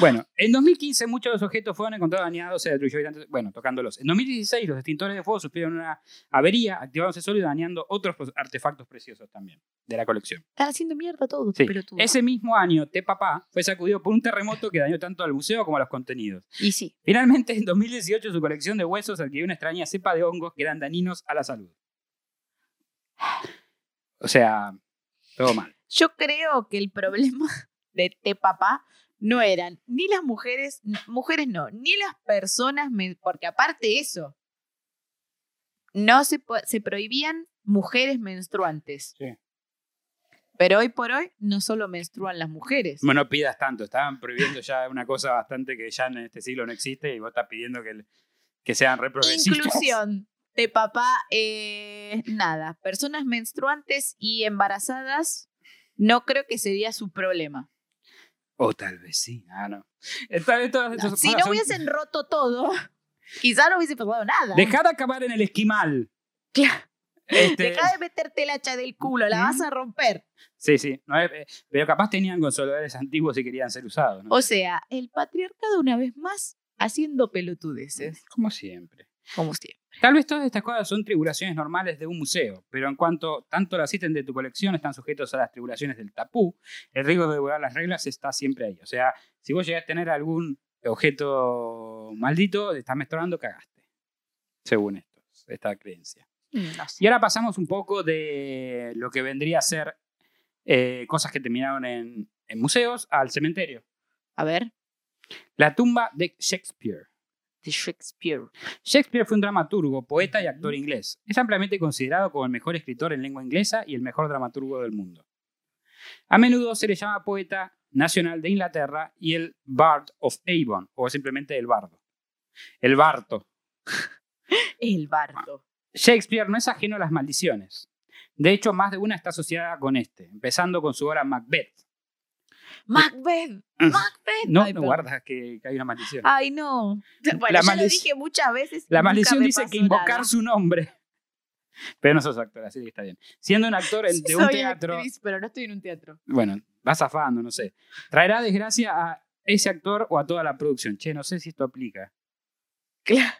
Speaker 3: Bueno, en 2015 muchos de los objetos fueron encontrados dañados, se destruyó, habitantes- bueno, tocándolos. En 2016 los extintores de fuego sufrieron una avería, activándose solo y dañando otros pues, artefactos preciosos también de la colección.
Speaker 4: Están haciendo mierda todo.
Speaker 3: Sí.
Speaker 4: Pero tú.
Speaker 3: Ese mismo año, Te Papá fue sacudido por un terremoto que dañó tanto al museo como a los contenidos.
Speaker 4: Y sí.
Speaker 3: Finalmente, en 2018 su colección de huesos adquirió una extraña cepa de hongos que eran dañinos a la salud. O sea, todo mal.
Speaker 4: Yo creo que el problema de Te Papá no eran ni las mujeres, n- mujeres no, ni las personas, me- porque aparte eso, no se, po- se prohibían mujeres menstruantes.
Speaker 3: Sí.
Speaker 4: Pero hoy por hoy no solo menstruan las mujeres.
Speaker 3: Bueno, no pidas tanto, estaban prohibiendo ya una cosa bastante que ya en este siglo no existe y vos estás pidiendo que, que sean reprogresistas.
Speaker 4: Inclusión de papá, eh, nada. Personas menstruantes y embarazadas no creo que sería su problema.
Speaker 3: O tal vez sí, ah, no. Esta- esta- estas
Speaker 4: si
Speaker 3: cosas
Speaker 4: no
Speaker 3: son-
Speaker 4: hubiesen roto todo, quizá no hubiese pasado nada.
Speaker 3: Dejá de acabar en el esquimal.
Speaker 4: Claro.
Speaker 3: Este-
Speaker 4: Dejá de meterte el hacha del culo, la
Speaker 3: ¿Mm?
Speaker 4: vas a romper.
Speaker 3: Sí, sí. no es- eh, pero capaz tenían consoladores antiguos y querían ser usados. ¿no?
Speaker 4: O sea, el patriarcado una vez más haciendo pelotudeces,
Speaker 3: Como siempre.
Speaker 4: como siempre.
Speaker 3: Tal vez todas estas cosas son tribulaciones normales de un museo, pero en cuanto tanto las ítems de tu colección están sujetos a las tribulaciones del tapú, el riesgo de devorar las reglas está siempre ahí. O sea, si vos llegás a tener algún objeto maldito, te estás menstruando, cagaste. Según esto, esta creencia.
Speaker 4: Mm, No sé.
Speaker 3: Y ahora pasamos un poco de lo que vendría a ser eh, cosas que terminaron en, en museos al cementerio.
Speaker 4: A ver,
Speaker 3: La tumba de Shakespeare.
Speaker 4: de Shakespeare.
Speaker 3: Shakespeare fue un dramaturgo, poeta y actor inglés. Es ampliamente considerado como el mejor escritor en lengua inglesa y el mejor dramaturgo del mundo. A menudo se le llama poeta nacional de Inglaterra y el Bard of Avon, o simplemente el bardo. El barto.
Speaker 4: El bardo.
Speaker 3: Ah. Shakespeare no es ajeno a las maldiciones. De hecho, más de una está asociada con este, empezando con su obra Macbeth.
Speaker 4: Macbeth. Macbeth.
Speaker 3: Mm. No,
Speaker 4: Ay,
Speaker 3: no
Speaker 4: perdón.
Speaker 3: guardas que, que hay una maldición.
Speaker 4: Ay, no. Bueno,
Speaker 3: La
Speaker 4: ya lo
Speaker 3: maldic-
Speaker 4: dije muchas veces. y
Speaker 3: La
Speaker 4: nunca
Speaker 3: maldición
Speaker 4: me
Speaker 3: dice que
Speaker 4: pasó
Speaker 3: invocar
Speaker 4: nada.
Speaker 3: su nombre. Pero no sos actor, así que está bien. Siendo un actor en-
Speaker 4: Sí,
Speaker 3: de un
Speaker 4: soy
Speaker 3: teatro,
Speaker 4: actriz, pero no estoy en un teatro.
Speaker 3: bueno, va zafando, no sé. Traerá desgracia a ese actor o a toda la producción. Che, no sé si esto aplica.
Speaker 4: Claro.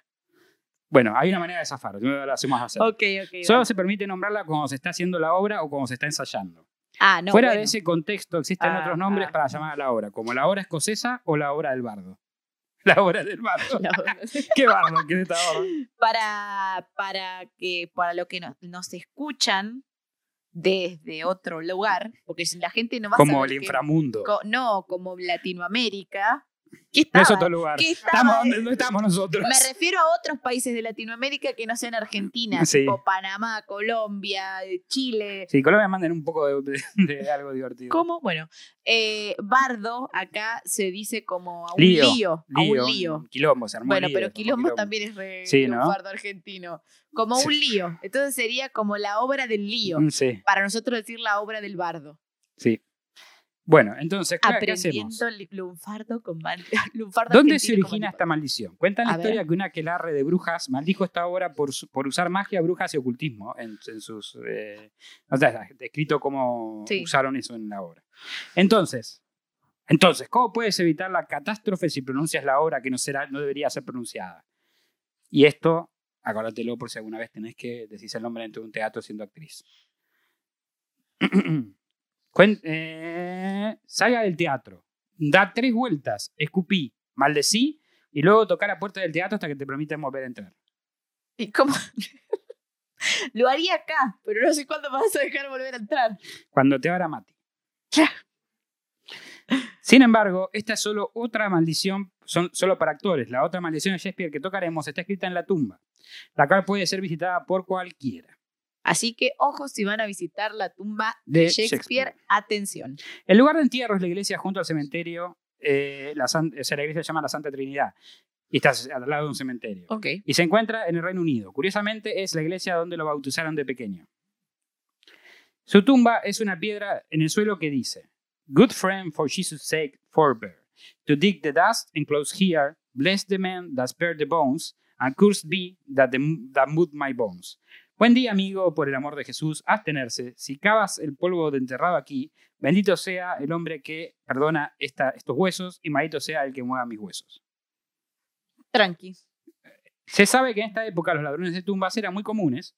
Speaker 3: Bueno, hay una manera de zafar, no la hacemos hacer.
Speaker 4: Ok, ok.
Speaker 3: Solo
Speaker 4: va.
Speaker 3: se permite nombrarla cuando se está haciendo la obra o cuando se está ensayando.
Speaker 4: Ah, no.
Speaker 3: Fuera de
Speaker 4: bueno.
Speaker 3: ese contexto existen
Speaker 4: Ah,
Speaker 3: otros nombres
Speaker 4: ah.
Speaker 3: para llamar a la obra, como la obra escocesa o la obra del bardo. La obra del bardo.
Speaker 4: La verdad.
Speaker 3: ¿Qué bardo? ¿Qué es esta obra?
Speaker 4: para, para, que, para lo que no- nos escuchan desde otro lugar, porque si la gente no va a
Speaker 3: Como
Speaker 4: saber
Speaker 3: el
Speaker 4: que-
Speaker 3: inframundo.
Speaker 4: co- no, como Latinoamérica. ¿Qué
Speaker 3: No es
Speaker 4: estaba?
Speaker 3: otro lugar.
Speaker 4: ¿Qué estaba?
Speaker 3: Estamos donde no estamos nosotros.
Speaker 4: Me refiero a otros países de Latinoamérica que no sean Argentina,
Speaker 3: Sí.
Speaker 4: tipo Panamá, Colombia, Chile.
Speaker 3: Sí, Colombia manden un poco de, de- de algo divertido.
Speaker 4: ¿Cómo? Bueno, eh, bardo acá se dice como a un lío,
Speaker 3: Lío,
Speaker 4: a Ah, un
Speaker 3: Lío,
Speaker 4: lío.
Speaker 3: Quilombo, se armó
Speaker 4: Bueno,
Speaker 3: lío, se
Speaker 4: pero
Speaker 3: armó
Speaker 4: quilombo, también es re
Speaker 3: Sí,
Speaker 4: de un
Speaker 3: ¿no?
Speaker 4: bardo argentino. Como
Speaker 3: Sí.
Speaker 4: un lío. Entonces sería como la obra del lío.
Speaker 3: Mm, Sí,
Speaker 4: Para nosotros decir la obra del bardo.
Speaker 3: sí. Bueno, entonces, ¿qué- ¿qué hacemos?
Speaker 4: Aprendiendo li- lunfardo con mal- lunfardo
Speaker 3: ¿Dónde se
Speaker 4: argentino con
Speaker 3: origina
Speaker 4: mal-
Speaker 3: esta maldición? Cuenta la
Speaker 4: A ver.
Speaker 3: historia que una aquelarre de brujas maldijo esta obra por, su- por usar magia, brujas y ocultismo en, en sus... eh, o sea, está escrito cómo
Speaker 4: Sí.
Speaker 3: usaron eso en la obra. Entonces, entonces, ¿cómo puedes evitar la catástrofe si pronuncias la obra que no, será, no debería ser pronunciada? Y esto, acuérdatelo por si alguna vez tenés que decir el nombre dentro de un teatro siendo actriz. Cuen- eh, salga del teatro, da tres vueltas, escupí, maldecí y luego tocar la puerta del teatro hasta que te permitan volver a entrar.
Speaker 4: ¿Y cómo? Lo haría acá, pero no sé cuándo me vas a dejar volver a entrar.
Speaker 3: Cuando te abra Mati.
Speaker 4: Claro.
Speaker 3: Sin embargo, esta es solo otra maldición, son solo para actores. La otra maldición de Shakespeare que tocaremos está escrita en la tumba, la cual puede ser visitada por cualquiera.
Speaker 4: Así que ojos si van a visitar la tumba
Speaker 3: De
Speaker 4: de Shakespeare,
Speaker 3: Shakespeare.
Speaker 4: atención.
Speaker 3: El lugar de entierro es la iglesia junto al cementerio, eh, la, san- o sea, la iglesia se llama la Santa Trinidad, y está al lado de un cementerio.
Speaker 4: Ok.
Speaker 3: y se encuentra en el Reino Unido. Curiosamente, es la iglesia donde lo bautizaron de pequeño. Su tumba es una piedra en el suelo que dice: Good friend, for Jesus' sake, forbear. To dig the dust and close here, bless the man that spared the bones, and cursed be that, the, that moved my bones. Buen día, amigo, por el amor de Jesús, abstenerse. Si cavas el polvo de enterrado aquí, bendito sea el hombre que perdona esta- estos huesos y maldito sea el que mueva mis huesos.
Speaker 4: Tranqui.
Speaker 3: Se sabe que en esta época los ladrones de tumbas eran muy comunes,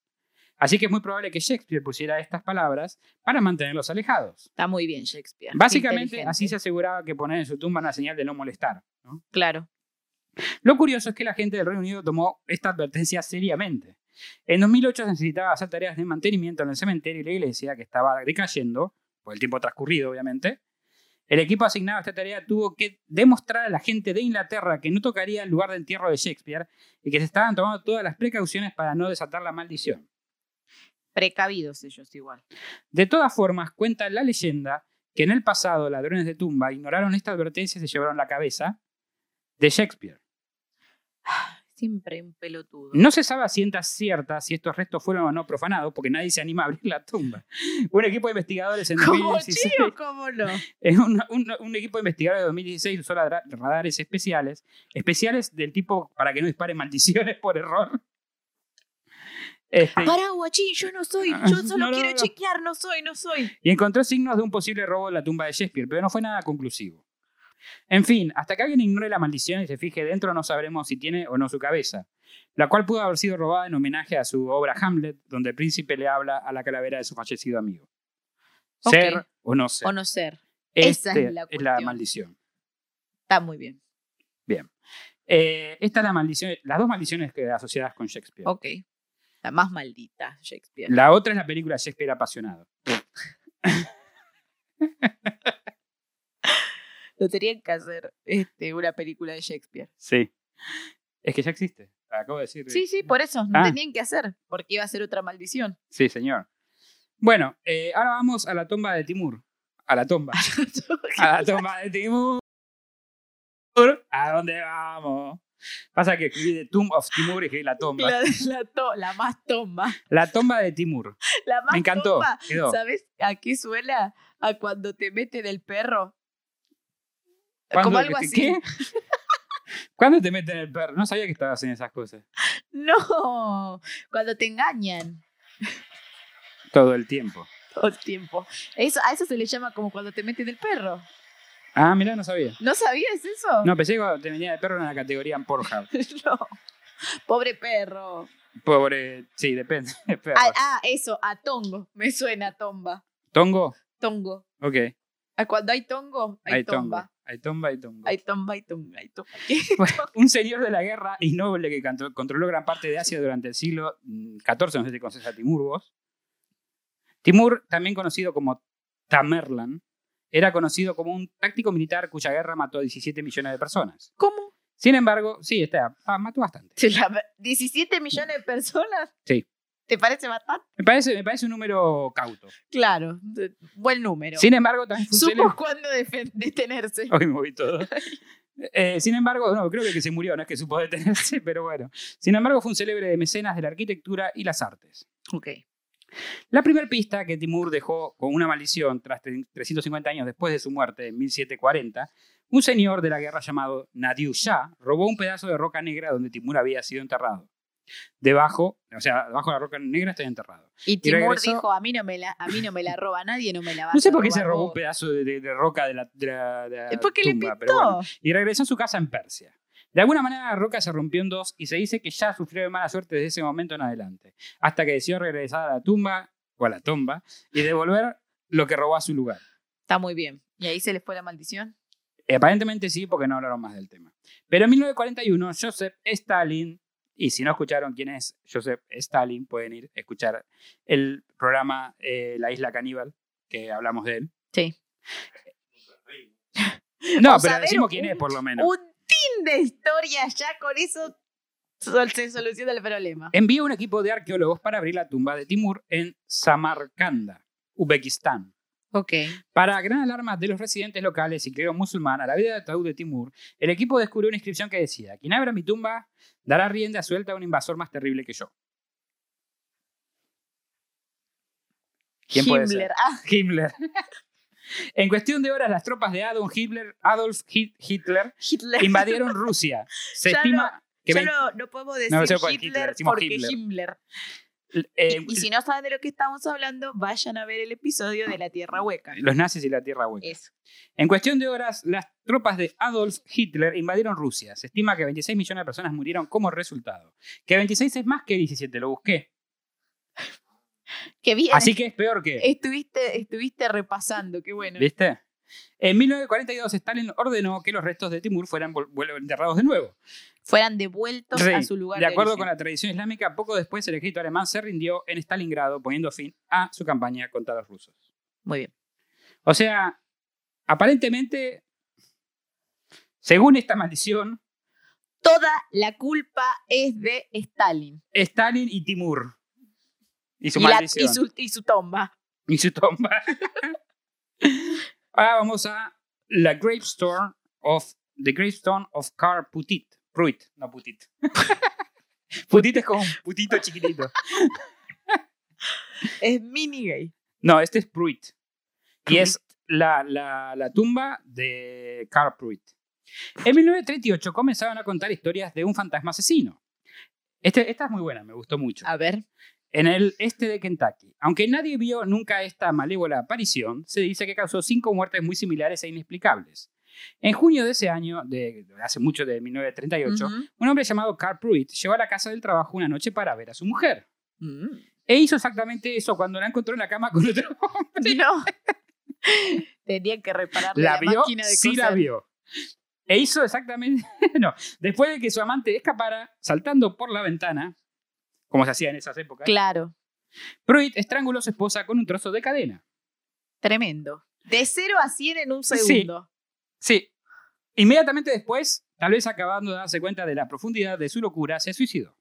Speaker 3: así que es muy probable que Shakespeare pusiera estas palabras para mantenerlos alejados.
Speaker 4: Está muy bien Shakespeare.
Speaker 3: Básicamente,
Speaker 4: Inteligente.
Speaker 3: así se aseguraba que poner en su tumba una señal de no molestar. ¿no?
Speaker 4: Claro.
Speaker 3: Lo curioso es que la gente del Reino Unido tomó esta advertencia seriamente. En 2008 se necesitaba hacer tareas de mantenimiento en el cementerio y la iglesia, que estaba decayendo, por el tiempo transcurrido, obviamente. El equipo asignado a esta tarea tuvo que demostrar a la gente de Inglaterra que no tocaría el lugar de entierro de Shakespeare y que se estaban tomando todas las precauciones para no desatar la maldición.
Speaker 4: Precavidos ellos igual.
Speaker 3: De todas formas, cuenta la leyenda que en el pasado ladrones de tumba ignoraron esta advertencia y se llevaron la cabeza de Shakespeare.
Speaker 4: Siempre un pelotudo.
Speaker 3: No se sabe a ciencia cierta si estos restos fueron o no profanados porque nadie se anima a abrir la tumba. Un equipo de investigadores en
Speaker 4: ¿Cómo
Speaker 3: 2016
Speaker 4: chido? ¿Cómo no?
Speaker 3: Es un, un- un equipo de investigadores de 2016 usó ladra- radares especiales, especiales del tipo para que no disparen maldiciones por error. Este,
Speaker 4: Pará, guachín, yo no soy. Yo solo
Speaker 3: No, no,
Speaker 4: quiero
Speaker 3: no.
Speaker 4: chequear, no soy, no soy.
Speaker 3: y encontró signos de un posible robo de la tumba de Shakespeare, pero no fue nada conclusivo. En fin, hasta que alguien ignore la maldición y se fije dentro, no sabremos si tiene o no su cabeza, la cual pudo haber sido robada en homenaje a su obra Hamlet, donde el príncipe le habla a la calavera de su fallecido amigo.
Speaker 4: Ok.
Speaker 3: Ser o no ser.
Speaker 4: O no ser.
Speaker 3: Esta
Speaker 4: esa es la
Speaker 3: es la
Speaker 4: cuestión.
Speaker 3: maldición.
Speaker 4: Está muy bien.
Speaker 3: Eh, esta es la maldición, las dos maldiciones que asociadas con Shakespeare. Mm.
Speaker 4: Ok. La más maldita, Shakespeare.
Speaker 3: La otra es la película Shakespeare apasionado.
Speaker 4: Lo tenían que hacer este, una película de Shakespeare.
Speaker 3: Sí. Es que ya existe. Acabo de decir.
Speaker 4: Sí, sí, por eso. No
Speaker 3: Ah.
Speaker 4: tenían que hacer, porque iba a ser otra maldición.
Speaker 3: Sí, señor. Bueno, eh, ahora vamos a la tumba de Timur. A la tumba. a la tumba de Timur. ¿A dónde vamos? Pasa que escribí The Tomb of Timur y escribí la tumba.
Speaker 4: La, la to- la más tomba.
Speaker 3: La tumba de Timur.
Speaker 4: La más
Speaker 3: Me encantó.
Speaker 4: tomba.
Speaker 3: Quedó.
Speaker 4: ¿Sabes a qué suena? A cuando te meten el perro.
Speaker 3: ¿Cuándo
Speaker 4: Como
Speaker 3: te-
Speaker 4: algo así.
Speaker 3: ¿Qué? ¿Cuándo te meten el perro? No sabía que estabas en esas cosas.
Speaker 4: No, cuando te engañan
Speaker 3: Todo el tiempo.
Speaker 4: todo el tiempo. Eso, a eso se le llama como cuando te meten el perro.
Speaker 3: Ah, mirá, no sabía.
Speaker 4: ¿No sabías eso?
Speaker 3: No, pensé que cuando te venía de perro en la categoría en Pornhub.
Speaker 4: No. Pobre perro.
Speaker 3: Pobre, sí, depende. de perro.
Speaker 4: Ah, ah, eso, a tongo. Me suena a tomba.
Speaker 3: ¿Tongo?
Speaker 4: Tongo.
Speaker 3: Ok.
Speaker 4: Ah, Cuando hay tongo, hay,
Speaker 3: Hay
Speaker 4: tomba.
Speaker 3: tongo. Hay tomba, hay tongo.
Speaker 4: Hay tomba, hay tonga, hay tomba.
Speaker 3: Un señor de la guerra y noble que cantó- controló gran parte de Asia durante el siglo mm, XIV, no sé si conoces a Timur vos. Timur, también conocido como Tamerlan, era conocido como un táctico militar cuya guerra mató a 17 millones de personas.
Speaker 4: ¿Cómo?
Speaker 3: Sin embargo, sí, está, ah, mató bastante.
Speaker 4: Se la- 17 millones de personas.
Speaker 3: Sí.
Speaker 4: ¿Te parece bastante?
Speaker 3: Me parece, me parece un número cauto.
Speaker 4: Claro, de- buen número.
Speaker 3: Sin embargo, también fue un célebre-
Speaker 4: Supo cuándo defen- detenerse.
Speaker 3: Hoy me voy todo. Eh, sin embargo, no, creo que el que se murió, no es que supo detenerse, pero bueno. Sin embargo, fue un célebre mecenas de la arquitectura y las artes.
Speaker 4: Ok.
Speaker 3: La primera pista que Timur dejó con una maldición tras tre- 350 años después de su muerte, en 1740, un señor de la guerra llamado Nadiu Shah robó un pedazo de roca negra donde Timur había sido enterrado. Debajo, o sea, debajo de la roca negra está enterrado.
Speaker 4: Y Timur
Speaker 3: regresó-
Speaker 4: dijo, a mí, no me la, a mí no me la roba nadie, no me la va
Speaker 3: No sé por qué se robó un pedazo de, de- de roca de la, de la- de la
Speaker 4: Eh, Porque
Speaker 3: tumba,
Speaker 4: le
Speaker 3: pero
Speaker 4: pintó.
Speaker 3: bueno. y regresó a su casa en Persia. De alguna manera la roca se rompió en dos y se dice que ya sufrió de mala suerte desde ese momento en adelante, hasta que decidió regresar a la tumba o a la tumba y devolver lo que robó a su lugar.
Speaker 4: Está muy bien. Y ahí se les fue la maldición.
Speaker 3: Eh, Aparentemente sí, porque no hablaron más del tema. Pero en 1941, Joseph Stalin, y si no escucharon quién es Joseph Stalin, pueden ir a escuchar el programa eh, La Isla Caníbal, que hablamos de él.
Speaker 4: Sí.
Speaker 3: No, pero
Speaker 4: O saber
Speaker 3: decimos quién
Speaker 4: un-
Speaker 3: es, por lo menos.
Speaker 4: Un tin de historia ya con eso sol- se soluciona el problema.
Speaker 3: envió un equipo de arqueólogos para abrir la tumba de Timur en Samarcanda, Uzbekistán.
Speaker 4: Ok.
Speaker 3: Para gran alarma de los residentes locales y clero musulmán a la vida del ataúd de Timur, el equipo descubrió una inscripción que decía: Quien abra mi tumba dará rienda suelta a un invasor más terrible que yo. ¿Quién puede ser?
Speaker 4: Himmler. Ah,
Speaker 3: Himmler. en cuestión de horas, las tropas de Adolf Hitler, Adolf Hit- Hitler
Speaker 4: Hitler.
Speaker 3: invadieron Rusia. Se
Speaker 4: Ya
Speaker 3: estima que.
Speaker 4: Ya
Speaker 3: vein-
Speaker 4: no, no podemos decir
Speaker 3: no sé por qué
Speaker 4: Hitler,
Speaker 3: Hitler, decimos
Speaker 4: porque
Speaker 3: Himmler.
Speaker 4: Himmler.
Speaker 3: eh,
Speaker 4: Y, y si no saben de lo que estamos hablando, vayan a ver el episodio de la Tierra Hueca.
Speaker 3: Los nazis y la Tierra Hueca.
Speaker 4: Eso.
Speaker 3: En cuestión de horas, las tropas de Adolf Hitler invadieron Rusia. Se estima que 26 millones de personas murieron como resultado. Que 26 es más que 17, lo busqué.
Speaker 4: Qué bien. Eh.
Speaker 3: Así que es peor que...
Speaker 4: Estuviste, estuviste repasando, qué bueno.
Speaker 3: ¿Viste? En 1942, Stalin ordenó que los restos de Timur fueran vol- vuel- enterrados de nuevo.
Speaker 4: Fueran devueltos
Speaker 3: Sí,
Speaker 4: a su lugar.
Speaker 3: de acuerdo
Speaker 4: origen.
Speaker 3: con la tradición islámica, poco después el ejército alemán se rindió en Stalingrado, poniendo fin a su campaña contra los rusos.
Speaker 4: Muy bien.
Speaker 3: O sea, aparentemente, según esta maldición,
Speaker 4: Toda la culpa es de Stalin.
Speaker 3: Stalin y Timur. Y su
Speaker 4: Y, la-
Speaker 3: maldición.
Speaker 4: y su, y su tomba.
Speaker 3: y su tomba. Ahora vamos a la gravestone of the gravestone of Carl Putit. Pruitt, no Putit. Putit es como un putito chiquitito.
Speaker 4: Es mini gay.
Speaker 3: No, este es Pruitt. Y es la, la- la tumba de Carl Pruitt. En 1938 comenzaron a contar historias de un fantasma asesino. Este- esta es muy buena, me gustó mucho.
Speaker 4: A ver.
Speaker 3: en el este de Kentucky. Aunque nadie vio nunca esta malévola aparición, se dice que causó cinco muertes muy similares e inexplicables. En junio de ese año, de, de hace mucho, de 1938,
Speaker 4: Ujú.
Speaker 3: un hombre llamado Carl Pruitt llegó a la casa del trabajo una noche para ver a su mujer.
Speaker 4: Mm.
Speaker 3: E hizo exactamente eso cuando la encontró en la cama con otro hombre.
Speaker 4: No. Tenían que reparar la,
Speaker 3: La, vio,
Speaker 4: máquina de
Speaker 3: sí la
Speaker 4: coser.
Speaker 3: vio. E hizo exactamente, no, después de que su amante escapara saltando por la ventana, como se hacía en esas épocas,
Speaker 4: Claro.
Speaker 3: Pruitt estranguló a su esposa con un trozo de cadena.
Speaker 4: Tremendo. De 0 a 100 en un
Speaker 3: Sí.
Speaker 4: segundo.
Speaker 3: Sí. Inmediatamente después, tal vez acabando de darse cuenta de la profundidad de su locura, se suicidó.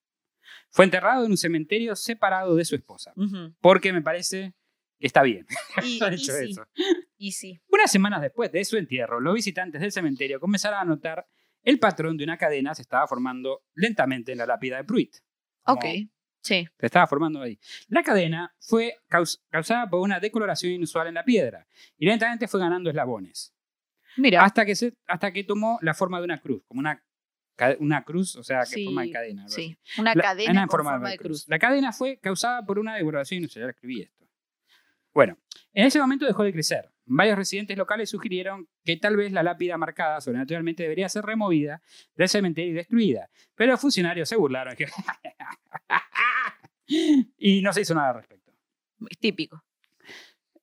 Speaker 3: Fue enterrado en un cementerio separado de su esposa.
Speaker 4: Ujú.
Speaker 3: Porque me parece que está bien.
Speaker 4: Y,
Speaker 3: haber
Speaker 4: y
Speaker 3: hecho
Speaker 4: sí,
Speaker 3: eso.
Speaker 4: y sí.
Speaker 3: Unas semanas después de su entierro, los visitantes del cementerio comenzaron a notar el patrón de una cadena se estaba formando lentamente en la lápida de Pruitt. Como
Speaker 4: Ok. Sí.
Speaker 3: Se estaba formando ahí. La cadena fue caus- causada por una decoloración inusual en la piedra y lentamente fue ganando eslabones.
Speaker 4: Mira.
Speaker 3: hasta que se, hasta que tomó la forma de una cruz, como una ca- una cruz, o sea, que
Speaker 4: Sí,
Speaker 3: forma de cadena. algo así.
Speaker 4: sí. Una
Speaker 3: La-
Speaker 4: cadena
Speaker 3: una
Speaker 4: con forma, de cruz.
Speaker 3: La cadena fue causada por una devoración inusual. Ya escribí esto. Bueno, en ese momento dejó de crecer. Varios residentes locales sugirieron que tal vez la lápida marcada sobrenaturalmente debería ser removida del cementerio y destruida. Pero los funcionarios se burlaron y no se hizo nada al respecto.
Speaker 4: Típico.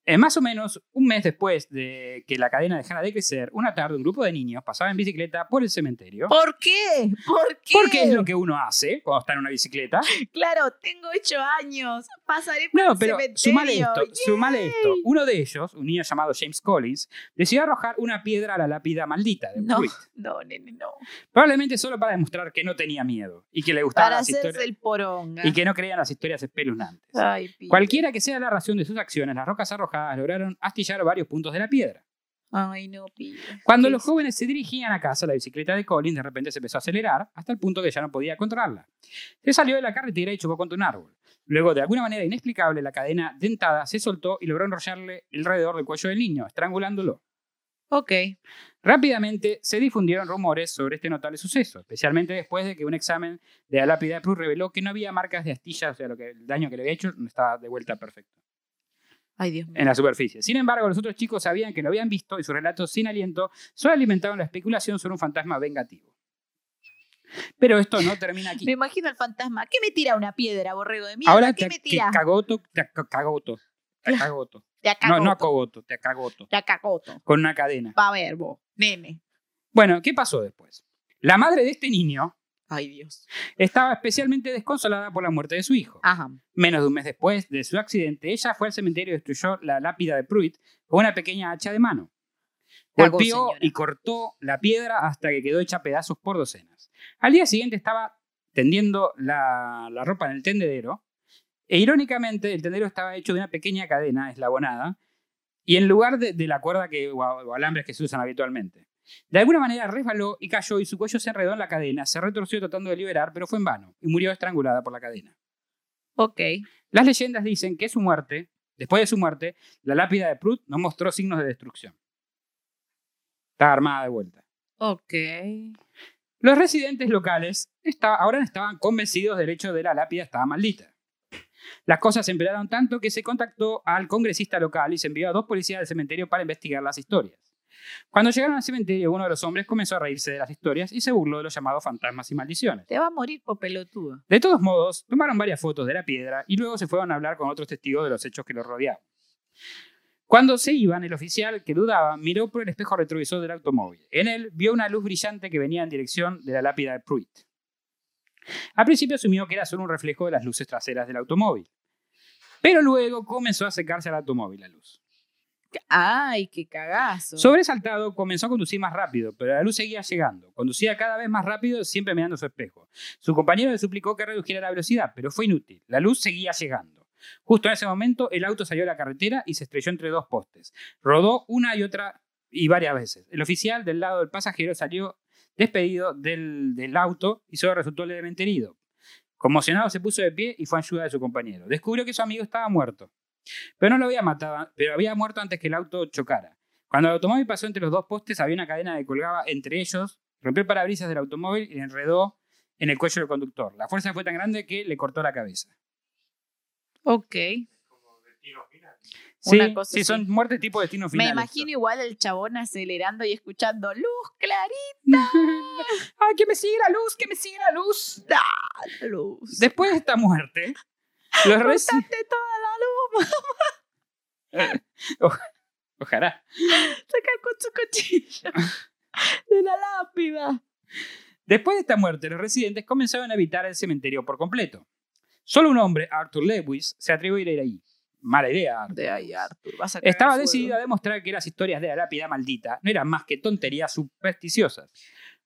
Speaker 3: Eh, más o menos un mes después de que la cadena dejara de crecer, una tarde un grupo de niños pasaba en bicicleta por el cementerio.
Speaker 4: ¿Por qué? ¿Por qué?
Speaker 3: Porque es lo que uno hace cuando está en una bicicleta.
Speaker 4: Claro, tengo 8 años. Pasaré por
Speaker 3: No,
Speaker 4: el
Speaker 3: pero
Speaker 4: cementerio.
Speaker 3: sumale esto,
Speaker 4: Yay.
Speaker 3: sumale esto. Uno de ellos, un niño llamado James Collins, decidió arrojar una piedra a la lápida maldita de
Speaker 4: No,
Speaker 3: Pruitt.
Speaker 4: no, nene, no.
Speaker 3: Probablemente solo para demostrar que no tenía miedo y que le gustaban
Speaker 4: Para
Speaker 3: las
Speaker 4: hacerse Ah.
Speaker 3: historias
Speaker 4: el poronga.
Speaker 3: y que no creían las historias espeluznantes.
Speaker 4: Ay, pibe.
Speaker 3: Cualquiera que sea la razón de sus acciones, las rocas arrojadas lograron astillar varios puntos de la piedra.
Speaker 4: Ay, no, pibe.
Speaker 3: Cuando
Speaker 4: ¿Qué
Speaker 3: los
Speaker 4: es?
Speaker 3: jóvenes se dirigían a casa, la bicicleta de Collins de repente se empezó a acelerar hasta el punto que ya no podía controlarla. Se salió de la carretera y chocó contra un árbol. Luego, de alguna manera inexplicable, la cadena dentada se soltó y logró enrollarle alrededor del cuello del niño, estrangulándolo.
Speaker 4: Ok.
Speaker 3: Rápidamente se difundieron rumores sobre este notable suceso, especialmente después de que un examen de la lápida de Prue reveló que no había marcas de astillas, o sea, lo que, el daño que le había hecho no estaba de vuelta perfecto
Speaker 4: Ay, Dios mío.
Speaker 3: en la superficie. Sin embargo, los otros chicos sabían que lo habían visto y sus relatos sin aliento solo alimentaron la especulación sobre un fantasma vengativo. Pero esto no termina
Speaker 4: Me
Speaker 3: aquí.
Speaker 4: imagino al fantasma. ¿Qué me tira una piedra, borrego de mierda?
Speaker 3: Ahora
Speaker 4: ¿Qué
Speaker 3: te,
Speaker 4: me
Speaker 3: te
Speaker 4: tira?
Speaker 3: cagoto, te ac- cagoto, te cagoto.
Speaker 4: Te
Speaker 3: No,
Speaker 4: acagoto.
Speaker 3: no acogoto, te cagoto.
Speaker 4: Te acagoto.
Speaker 3: Con una cadena.
Speaker 4: Va a ver, vos, nene.
Speaker 3: Bueno, ¿qué pasó después? La madre de este niño
Speaker 4: Ay, Dios.
Speaker 3: estaba especialmente desconsolada por la muerte de su hijo.
Speaker 4: Ajá.
Speaker 3: Menos de un mes después de su accidente, ella fue al cementerio y destruyó la lápida de Pruitt con una pequeña hacha de mano.
Speaker 4: Cagó,
Speaker 3: Golpeó
Speaker 4: señora.
Speaker 3: y cortó la piedra hasta que quedó hecha pedazos por docenas. Al día siguiente estaba tendiendo la, la ropa en el tendedero e irónicamente el tendedero estaba hecho de una pequeña cadena eslabonada y en lugar de, de la cuerda que, o, a- o alambres que se usan habitualmente. De alguna manera resbaló y cayó y su cuello se enredó en la cadena, se retorció tratando de liberar, pero fue en vano y murió estrangulada por la cadena.
Speaker 4: Ok.
Speaker 3: Las leyendas dicen que su muerte, después de su muerte, la lápida de Prut no mostró signos de destrucción. Estaba armada de vuelta.
Speaker 4: Ok.
Speaker 3: Los residentes locales esta- ahora estaban convencidos del hecho de la lápida estaba maldita. Las cosas se empeoraron tanto que se contactó al congresista local y se envió a dos policías del cementerio para investigar las historias. Cuando llegaron al cementerio, uno de los hombres comenzó a reírse de las historias y se burló de los llamados fantasmas y maldiciones.
Speaker 4: Te va a morir por pelotudo.
Speaker 3: De todos modos, tomaron varias fotos de la piedra y luego se fueron a hablar con otros testigos de los hechos que los rodeaban. Cuando se iban, el oficial, que dudaba, miró por el espejo retrovisor del automóvil. En él vio una luz brillante que venía en dirección de la lápida de Pruitt. Al principio asumió que era solo un reflejo de las luces traseras del automóvil. Pero luego comenzó a secarse al automóvil la luz.
Speaker 4: Ay, qué cagazo.
Speaker 3: Sobresaltado, comenzó a conducir más rápido, pero la luz seguía llegando. Conducía cada vez más rápido, siempre mirando su espejo. Su compañero le suplicó que redujera la velocidad, pero fue inútil. La luz seguía llegando. Justo en ese momento, el auto salió a la carretera y se estrelló entre dos postes. Rodó una y otra y varias veces. El oficial del lado del pasajero salió despedido del, del auto y solo resultó levemente herido. Conmocionado se puso de pie y fue en ayuda de su compañero. Descubrió que su amigo estaba muerto. Pero no lo había matado, pero había muerto antes que el auto chocara. Cuando el automóvil pasó entre los dos postes, había una cadena que colgaba entre ellos, rompió el parabrisas del automóvil y le enredó en el cuello del conductor. La fuerza fue tan grande que le cortó la cabeza.
Speaker 4: Ok.
Speaker 3: Sí,
Speaker 4: Una cosa
Speaker 3: sí,
Speaker 4: así.
Speaker 3: son muertes tipo destino final.
Speaker 4: Me
Speaker 3: esto.
Speaker 4: imagino igual el chabón acelerando y escuchando luz clarita,
Speaker 3: ¡Ay, que me sigue la luz! ¡Que me sigue la luz!
Speaker 4: luz.
Speaker 3: Después de esta muerte, los reci-
Speaker 4: Cortate toda la luz,
Speaker 3: Ojalá.
Speaker 4: saca con su cuchillo de la lápida.
Speaker 3: Después de esta muerte, los residentes comenzaron a evitar el cementerio por completo. Solo un hombre, Arthur Lewis, se atrevió a ir ahí. Mala idea, Arthur.
Speaker 4: De ahí, Arthur, vas a cagar
Speaker 3: Estaba
Speaker 4: fuego.
Speaker 3: decidido a demostrar que las historias de la lápida maldita no eran más que tonterías supersticiosas.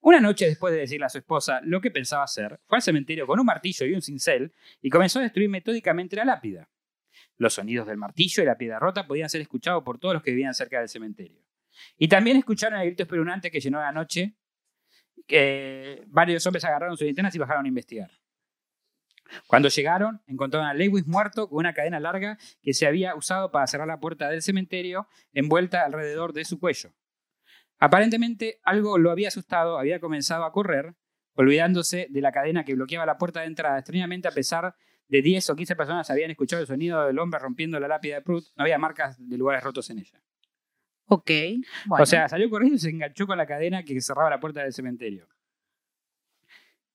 Speaker 3: Una noche después de decirle a su esposa lo que pensaba hacer, fue al cementerio con un martillo y un cincel y comenzó a destruir metódicamente la lápida. Los sonidos del martillo y la piedra rota podían ser escuchados por todos los que vivían cerca del cementerio. Y también escucharon el grito espeluznante que llenó la noche. que varios hombres agarraron sus linternas y bajaron a investigar. Cuando llegaron, encontraron a Lewis muerto con una cadena larga que se había usado para cerrar la puerta del cementerio envuelta alrededor de su cuello. Aparentemente algo lo había asustado, había comenzado a correr, olvidándose de la cadena que bloqueaba la puerta de entrada. Extrañamente, a pesar de 10 o 15 personas habían escuchado el sonido del hombre rompiendo la lápida de Prout, no había marcas de lugares rotos en ella.
Speaker 4: Ok. bueno.
Speaker 3: O sea, salió corriendo y se enganchó con la cadena que cerraba la puerta del cementerio.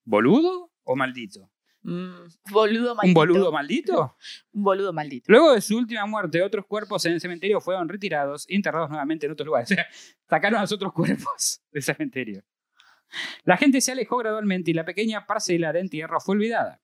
Speaker 3: ¿Boludo o maldito?
Speaker 4: Mm, boludo maldito.
Speaker 3: ¿Un boludo maldito?
Speaker 4: Un boludo maldito.
Speaker 3: Luego de su última muerte, otros cuerpos en el cementerio fueron retirados e enterrados nuevamente en otros lugares. O sea, sacaron a los otros cuerpos del cementerio. La gente se alejó gradualmente y la pequeña parcela de entierro fue olvidada.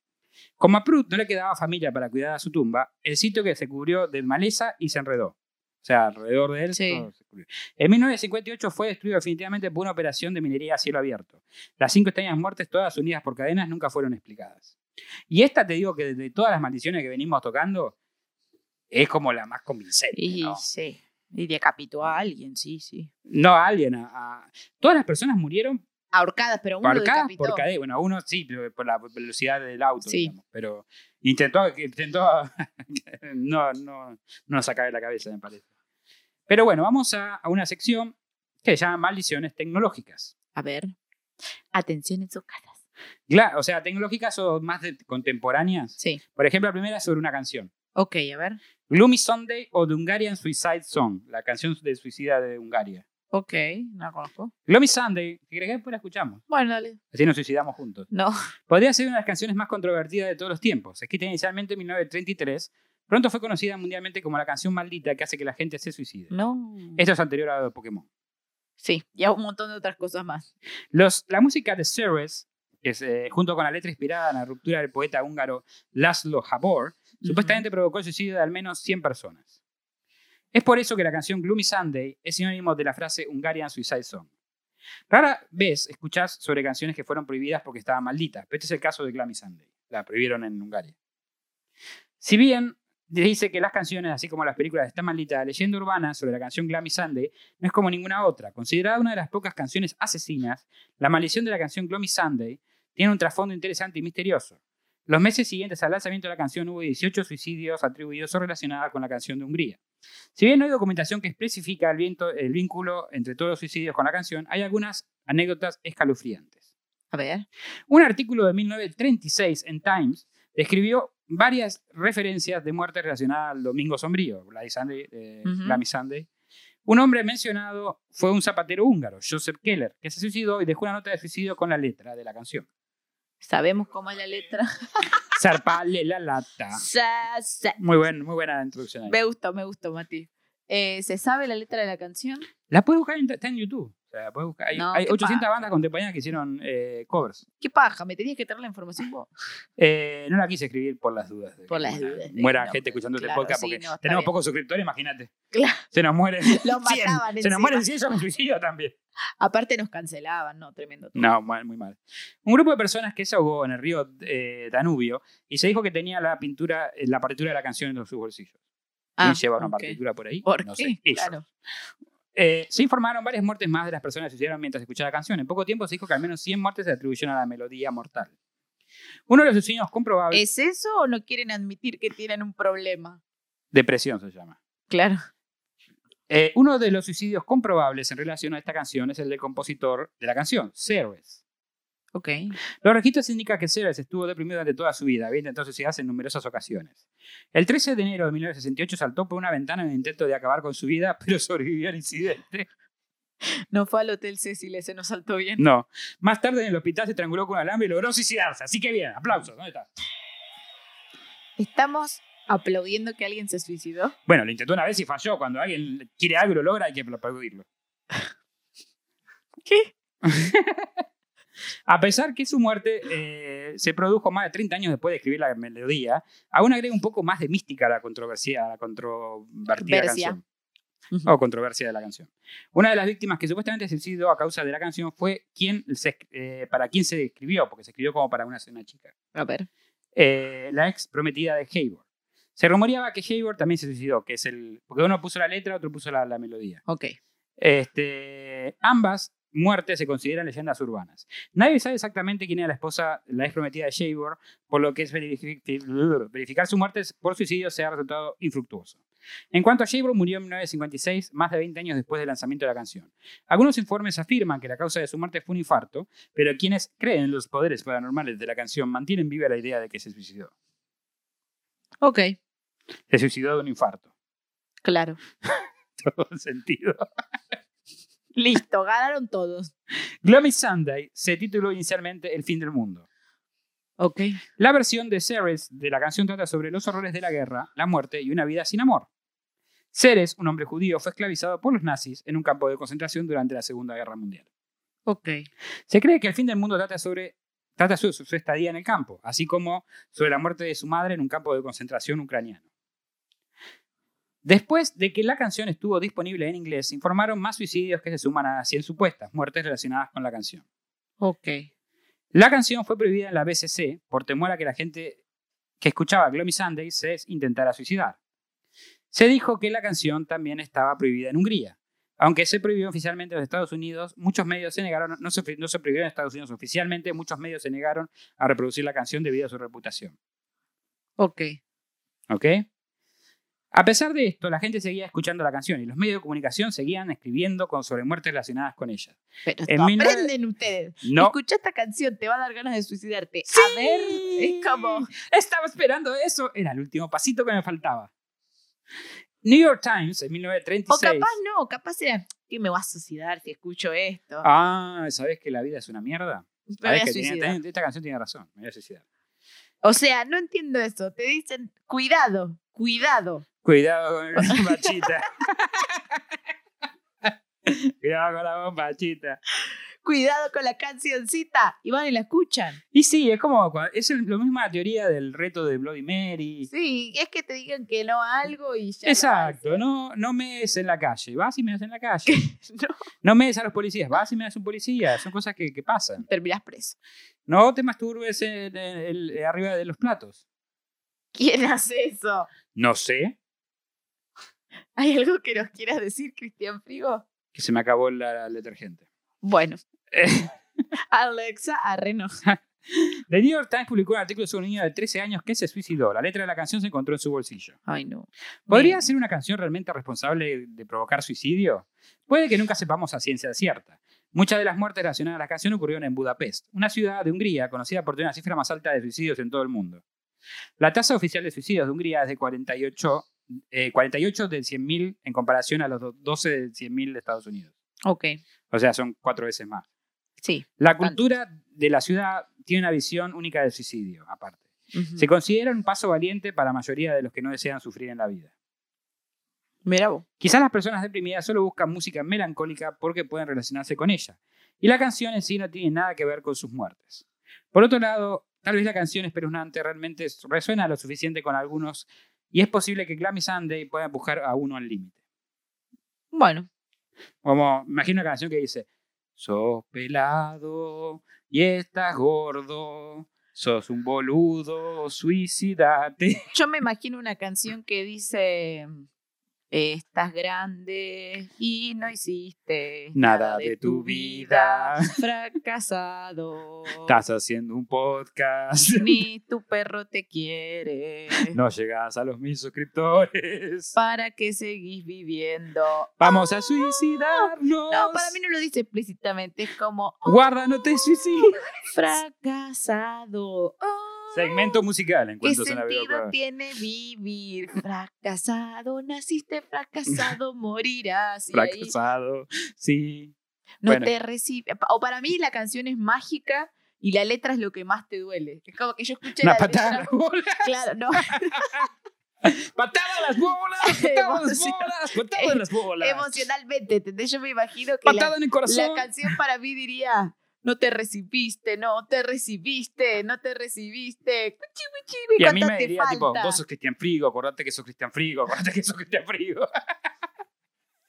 Speaker 3: Como a Prout no le quedaba familia para cuidar a su tumba, el sitio que se cubrió de maleza y se enredó. O sea, alrededor de él.
Speaker 4: Sí.
Speaker 3: todo se cubrió. En 1958 fue destruido definitivamente por una operación de minería a cielo abierto. Las cinco extrañas muertes, todas unidas por cadenas, nunca fueron explicadas. Y esta te digo que de todas las maldiciones que venimos tocando, es como la más convincente.
Speaker 4: Y
Speaker 3: ¿no?
Speaker 4: sí. Y decapitó a alguien, sí, sí.
Speaker 3: No a alguien, a, a- Todas las personas murieron
Speaker 4: Ahorcadas, pero uno
Speaker 3: por cada
Speaker 4: decapitó.
Speaker 3: por cadena. Bueno, uno sí, pero por la velocidad del auto,
Speaker 4: Sí.
Speaker 3: digamos. Pero intentó, intentó no, no, no sacar de la cabeza, me parece. Pero bueno, vamos a, a una sección que se llama Maldiciones Tecnológicas.
Speaker 4: A ver. Atención en sus casas.
Speaker 3: Cla- o sea, tecnológicas o más de- contemporáneas.
Speaker 4: Sí.
Speaker 3: Por ejemplo, la primera es sobre una canción.
Speaker 4: Ok, a ver.
Speaker 3: Gloomy Sunday o The Hungarian Suicide Song, la canción de suicida de Hungaria.
Speaker 4: Ok, no la conozco.
Speaker 3: Gloomy Sunday, si querés que después la escuchamos.
Speaker 4: Bueno, dale.
Speaker 3: Así nos suicidamos juntos.
Speaker 4: No.
Speaker 3: Podría ser una de las canciones más controvertidas de todos los tiempos. Escrita inicialmente en 1933, pronto fue conocida mundialmente como la canción maldita que hace que la gente se suicide.
Speaker 4: No.
Speaker 3: Esto es anterior a lo de Pokémon.
Speaker 4: Sí, y a un montón de otras cosas más.
Speaker 3: Los, la música de Ceres, que es, eh, junto con la letra inspirada en la ruptura del poeta húngaro Laszlo Habor, supuestamente provocó el suicidio de al menos 100 personas. Es por eso que la canción Gloomy Sunday es sinónimo de la frase Hungarian Suicide Song. Rara vez escuchás sobre canciones que fueron prohibidas porque estaban malditas, pero este es el caso de Gloomy Sunday. La prohibieron en Hungaria. Si bien dice que las canciones, así como las películas, están malditas, la leyenda urbana sobre la canción Gloomy Sunday no es como ninguna otra. Considerada una de las pocas canciones asesinas, la maldición de la canción Gloomy Sunday tiene un trasfondo interesante y misterioso. Los meses siguientes al lanzamiento de la canción hubo 18 suicidios atribuidos o relacionados con la canción de Hungría. Si bien no hay documentación que especifica el, viento- el vínculo entre todos los suicidios con la canción, hay algunas anécdotas escalofriantes.
Speaker 4: Mm, A ver.
Speaker 3: Un artículo de 1936 en Times describió varias referencias de muerte relacionadas al Domingo Sombrío, Bloody Sunday, eh,
Speaker 4: Ujú.
Speaker 3: Bloody Sunday. Un hombre mencionado fue un zapatero húngaro, Joseph Keller, que se suicidó y dejó una nota de suicidio con la letra de la canción.
Speaker 4: Sabemos cómo es la letra.
Speaker 3: Zarpale la lata.
Speaker 4: Sa- sa-
Speaker 3: Muy, buen, muy buena introducción. ahí.
Speaker 4: Me gustó, me gustó, Mati. Eh, ¿Se sabe la letra de la canción?
Speaker 3: La puedes buscar, en, está en YouTube. O sea, puedes buscar- Hay,
Speaker 4: No,
Speaker 3: hay
Speaker 4: qué
Speaker 3: 800
Speaker 4: paja.
Speaker 3: bandas contemporáneas que hicieron eh, covers.
Speaker 4: ¿Qué paja? Me tenías que traer la información vos.
Speaker 3: Eh, no la quise escribir por las dudas. de
Speaker 4: Por
Speaker 3: que
Speaker 4: las
Speaker 3: muera-
Speaker 4: dudas de
Speaker 3: Muera
Speaker 4: que no,
Speaker 3: gente escuchando
Speaker 4: claro,
Speaker 3: este podcast
Speaker 4: sí,
Speaker 3: porque
Speaker 4: no, está
Speaker 3: tenemos
Speaker 4: bien.
Speaker 3: pocos suscriptores, imagínate.
Speaker 4: Claro.
Speaker 3: Se nos mueren.
Speaker 4: Los
Speaker 3: 100.
Speaker 4: mataban
Speaker 3: Se nos
Speaker 4: encima.
Speaker 3: mueren 100, yo me suicido también.
Speaker 4: Aparte nos cancelaban, no, tremendo.
Speaker 3: No, mal- muy mal. Un grupo de personas que se ahogó en el río eh, Danubio y se dijo que tenía la pintura, eh, la partitura de la canción en sus bolsillos.
Speaker 4: Ah,
Speaker 3: y lleva una
Speaker 4: ok.
Speaker 3: partitura por ahí.
Speaker 4: ¿Por
Speaker 3: no
Speaker 4: qué?
Speaker 3: sé, ellos.
Speaker 4: Claro.
Speaker 3: Eh, se informaron varias muertes más de las personas que se suicidaron mientras escuchaba la canción. En poco tiempo se dijo que al menos 100 muertes se atribuyeron a la melodía mortal. Uno de los suicidios comprobables,
Speaker 4: ¿Es eso o no quieren admitir que tienen un problema?
Speaker 3: depresión se llama.
Speaker 4: Claro.
Speaker 3: Eh, uno de los suicidios comprobables en relación a esta canción es el del compositor de la canción, Ceres.
Speaker 4: Ok.
Speaker 3: Los registros indican que Ceres estuvo deprimido durante toda su vida, había intentado suicidarse en numerosas ocasiones. El 13 de enero de 1968 saltó por una ventana en un intento de acabar con su vida, pero sobrevivió al incidente.
Speaker 4: No fue al Hotel Cecil, se nos saltó bien.
Speaker 3: No. Más tarde en el hospital se estranguló con un alambre y logró suicidarse. Así que bien, aplausos. ¿Dónde está?
Speaker 4: Estamos aplaudiendo que alguien se suicidó.
Speaker 3: Bueno, lo intentó una vez y falló. Cuando alguien quiere algo y lo logra, hay que aplaudirlo.
Speaker 4: ¿Qué?
Speaker 3: A pesar que su muerte eh, se produjo más de 30 años después de escribir la melodía, aún agrega un poco más de mística a la controversia, a la controvertida
Speaker 4: Versia.
Speaker 3: canción.
Speaker 4: Ujú.
Speaker 3: O controversia de la canción. Una de las víctimas que supuestamente se suicidó a causa de la canción fue quien se, eh, para quién se escribió, porque se escribió como para una, una chica.
Speaker 4: A ver.
Speaker 3: eh, la ex prometida de Hayward. Se rumoreaba que Hayward también se suicidó, que es el. Porque uno puso la letra, otro puso la, la melodía.
Speaker 4: Ok.
Speaker 3: Este, ambas muertes se consideran leyendas urbanas. Nadie sabe exactamente quién era la esposa, la ex prometida de Hayward, por lo que es verifi- verificar su muerte por suicidio se ha resultado infructuoso. En cuanto a Hayward, murió en 1956, más de 20 años después del lanzamiento de la canción. Algunos informes afirman que la causa de su muerte fue un infarto, pero quienes creen en los poderes paranormales de la canción mantienen viva la idea de que se suicidó
Speaker 4: Ok.
Speaker 3: se suicidó de un infarto.
Speaker 4: Claro.
Speaker 3: Todo el sentido.
Speaker 4: Listo, ganaron todos.
Speaker 3: Gloomy Sunday se tituló inicialmente El fin del mundo.
Speaker 4: Ok.
Speaker 3: La versión de Ceres de la canción trata sobre los horrores de la guerra, la muerte y una vida sin amor. Ceres, un hombre judío, fue esclavizado por los nazis en un campo de concentración durante la Segunda Guerra Mundial.
Speaker 4: Ok.
Speaker 3: Se cree que El fin del mundo trata sobre trata su, su- su estadía en el campo, así como sobre la muerte de su madre en un campo de concentración ucraniano. Después de que la canción estuvo disponible en inglés, se informaron más suicidios que se suman a 100 supuestas muertes relacionadas con la canción.
Speaker 4: Ok.
Speaker 3: La canción fue prohibida en la BCC por temor a que la gente que escuchaba Gloomy Sunday se intentara suicidar. Se dijo que la canción también estaba prohibida en Hungría. Aunque se prohibió oficialmente en los Estados Unidos, muchos medios se negaron, no se, no se prohibió en Estados Unidos oficialmente, muchos medios se negaron a reproducir la canción debido a su reputación.
Speaker 4: Ok.
Speaker 3: ¿Ok? A pesar de esto, la gente seguía escuchando la canción y los medios de comunicación seguían escribiendo con sobre muertes relacionadas con ella.
Speaker 4: Pero
Speaker 3: En
Speaker 4: esto
Speaker 3: mil nueve-
Speaker 4: aprenden ustedes.
Speaker 3: No,
Speaker 4: Escucha esta canción, te va a dar ganas de suicidarte.
Speaker 3: Sí.
Speaker 4: A ver, es como.
Speaker 3: Estaba esperando eso. Era el último pasito que me faltaba. New York Times en
Speaker 4: O
Speaker 3: 1936.
Speaker 4: capaz no, capaz era. ¿Qué me va a suicidar si escucho esto?
Speaker 3: Ah, ¿sabes que la vida es una mierda?
Speaker 4: me voy
Speaker 3: Sabés
Speaker 4: a
Speaker 3: que tenía-
Speaker 4: suicidar.
Speaker 3: ten- esta canción tiene razón. Me voy a suicidar.
Speaker 4: O sea, no entiendo eso. Te dicen, cuidado, cuidado.
Speaker 3: Cuidado con la bombachita. Cuidado con la bombachita.
Speaker 4: cuidado con la cancioncita. Y van y la escuchan.
Speaker 3: Y sí, es como. cua- Es el- lo misma teoría del reto de Bloody Mary.
Speaker 4: Sí, es que te digan que no a algo y ya. lo
Speaker 3: Exacto, no, no me es en la calle. Vas y me das en la calle.
Speaker 4: haces. No,
Speaker 3: No me des a los policías. Vas y me das un policía. Son cosas que- que pasan.
Speaker 4: terminás preso.
Speaker 3: No te masturbes en- en- en- arriba de los platos.
Speaker 4: ¿Quién hace eso?
Speaker 3: No sé.
Speaker 4: ¿Hay algo que nos quieras decir, Cristian Frigo?
Speaker 3: Que se me acabó la, la detergente.
Speaker 4: Bueno,
Speaker 3: Eh,
Speaker 4: Alexa Arreno.
Speaker 3: The New York Times publicó un artículo sobre un niño de 13 años que se suicidó. La letra de la canción se encontró en su bolsillo.
Speaker 4: Ay, no.
Speaker 3: ¿Podría
Speaker 4: Bien.
Speaker 3: ser una canción realmente responsable de provocar suicidio? Puede que nunca sepamos a ciencia cierta. Muchas de las muertes relacionadas a la canción ocurrieron en Budapest, una ciudad de Hungría conocida por tener la cifra más alta de suicidios en todo el mundo. La tasa oficial de suicidios de Hungría es de 48, eh, 48 de 100.000 en comparación a los do- 12 de 100.000 de Estados Unidos.
Speaker 4: Ok,
Speaker 3: O sea, son cuatro veces más.
Speaker 4: sí.
Speaker 3: La cultura de la ciudad tiene una visión única del suicidio, aparte.
Speaker 4: Ujú.
Speaker 3: Se considera un paso valiente para la mayoría de los que no desean sufrir en la vida.
Speaker 4: Mira vos.
Speaker 3: Quizás las personas deprimidas solo buscan música melancólica porque pueden relacionarse con ella, y la canción en sí no tiene nada que ver con sus muertes. Por otro lado, tal vez la canción espeluznante realmente resuena lo suficiente con algunos, y es posible que Glammy Sunday pueda empujar a uno al límite.
Speaker 4: Bueno,
Speaker 3: Como, imagino una canción que dice, sos pelado y estás gordo, sos un boludo, suicidate.
Speaker 4: yo me imagino una canción que dice. eh, Estás grande y no hiciste
Speaker 3: Nada de tu vida.
Speaker 4: Fracasado.
Speaker 3: Estás haciendo un podcast.
Speaker 4: Ni tu perro te quiere.
Speaker 3: No llegas a los mil suscriptores.
Speaker 4: ¿Para qué seguís viviendo?
Speaker 3: Vamos a suicidarnos.
Speaker 4: Ah, No, para mí no lo dice explícitamente. Es como. oh,
Speaker 3: Guarda, no te suicides.
Speaker 4: fracasado. Oh,
Speaker 3: Segmento musical en
Speaker 4: ¿Qué
Speaker 3: cuanto suena
Speaker 4: sentido tiene vivir? Fracasado, naciste fracasado, morirás. y ahí
Speaker 3: Fracasado. Sí.
Speaker 4: no
Speaker 3: bueno.
Speaker 4: te recibe. O para mí la canción es mágica y la letra es lo que más te duele. Es como que yo escuché
Speaker 3: Una
Speaker 4: la
Speaker 3: patada a
Speaker 4: letra.
Speaker 3: las bolas.
Speaker 4: Claro, no.
Speaker 3: Patada a las bolas. Patada a las
Speaker 4: Emoción.
Speaker 3: bolas. Patada a las bolas.
Speaker 4: Emocionalmente, ¿entendés? Yo me imagino que la,
Speaker 3: Patada en el corazón.
Speaker 4: la canción para mí diría. No te recibiste, no te recibiste, no te recibiste. Cuchi, cuchi,
Speaker 3: Y a mí
Speaker 4: ¿cuánto
Speaker 3: me
Speaker 4: te
Speaker 3: diría, tipo,
Speaker 4: falta?
Speaker 3: vos sos Cristian Frigo, acordate que sos Cristian Frigo, acordate que sos Cristian Frigo.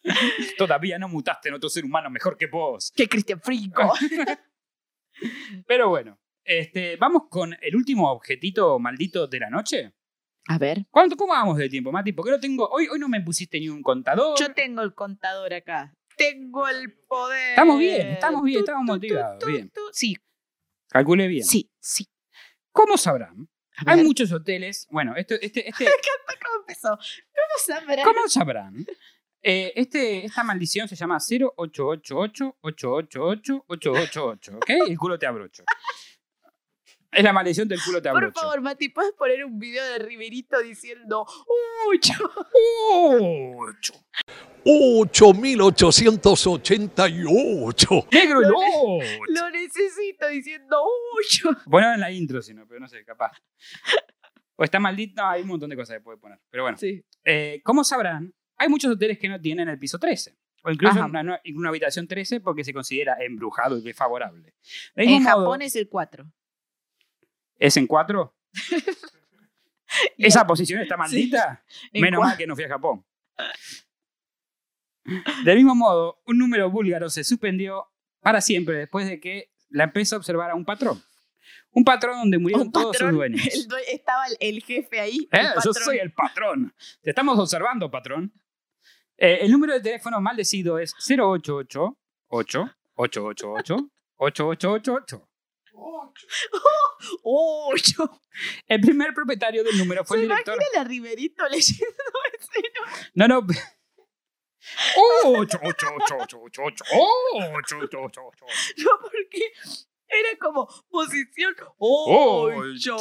Speaker 3: Todavía no mutaste en otro ser humano mejor que vos.
Speaker 4: que Cristian Frigo.
Speaker 3: Pero bueno, este, vamos con el último objetito maldito de la noche.
Speaker 4: A ver.
Speaker 3: ¿Cuánto, ¿Cómo vamos de tiempo, Mati? Porque no tengo. Hoy, hoy no me pusiste ni un contador.
Speaker 4: Yo tengo el contador acá. Tengo el poder.
Speaker 3: Estamos bien, estamos bien,
Speaker 4: Tu,
Speaker 3: estamos
Speaker 4: tu, tu,
Speaker 3: motivados,
Speaker 4: tu,
Speaker 3: bien.
Speaker 4: tu. Sí,
Speaker 3: Calcule bien.
Speaker 4: sí, sí.
Speaker 3: ¿Cómo sabrán?
Speaker 4: A
Speaker 3: Hay
Speaker 4: ver,
Speaker 3: muchos hoteles. Bueno, esto, este, este,
Speaker 4: ¿Cómo empezó? ¿Cómo sabrá?
Speaker 3: ¿cómo sabrán? Eh, este, esta maldición se llama 0888-888-888. ¿Ok? El culo te abrocho. Es la maldición del culo te
Speaker 4: Por
Speaker 3: abrocho.
Speaker 4: favor, Mati, ¿puedes poner un video de Riverito diciendo ¡Uy, yo-
Speaker 5: 8888.
Speaker 3: Negro el ocho.
Speaker 4: lo necesito! Diciendo ¡Uy, yo-
Speaker 3: Bueno, en la intro, si no, pero no sé, capaz. O está maldito, hay un montón de cosas que puede poner. Pero bueno,
Speaker 4: Sí.
Speaker 3: eh, como sabrán, hay muchos hoteles que no tienen el piso 13. O incluso
Speaker 4: Ajá.
Speaker 3: en una, nue- en una habitación 13 porque se considera embrujado y desfavorable. De
Speaker 4: En
Speaker 3: mismo modo,
Speaker 4: Japón es el 4.
Speaker 3: ¿Es en 4? ¿Esa posición está maldita? Menos mal que no fui a Japón. Del mismo modo, un número búlgaro se suspendió para siempre después de que la empezó a observar a un patrón. Un patrón donde murieron
Speaker 4: Un
Speaker 3: todos sus
Speaker 4: patrón,
Speaker 3: dueños.
Speaker 4: El due- estaba el, el jefe ahí.
Speaker 3: Eh,
Speaker 4: el
Speaker 3: Yo
Speaker 4: patrón.
Speaker 3: soy el patrón. Te estamos observando, patrón. Eh, el número de teléfono maldecido es 088 8888 8888.
Speaker 2: Oh,
Speaker 4: ¡Uy, Oh, yo-
Speaker 3: El primer propietario del número fue el
Speaker 4: ¿Se
Speaker 3: director.
Speaker 4: imagina la Riverito leyendo ese
Speaker 3: No, no.
Speaker 1: 8888888888.
Speaker 4: No, porque era como posición
Speaker 3: Oh,
Speaker 1: Ocho.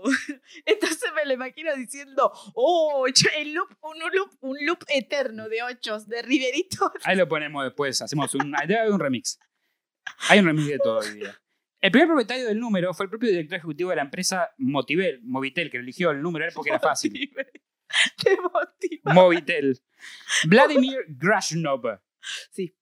Speaker 4: 8. Entonces me lo imagino diciendo 8. El loop, un loop, un loop eterno de 8 de Riverito.
Speaker 3: Ahí lo ponemos después. Hacemos un. Debe haber un remix. Hay un remix de todo el día. El primer propietario del número fue el propio director ejecutivo de la empresa Motivel, Movitel, que eligió el número a él porque era fácil.
Speaker 4: Te motiva.
Speaker 3: Movitel. Vladimir Grashnov.
Speaker 4: Sí.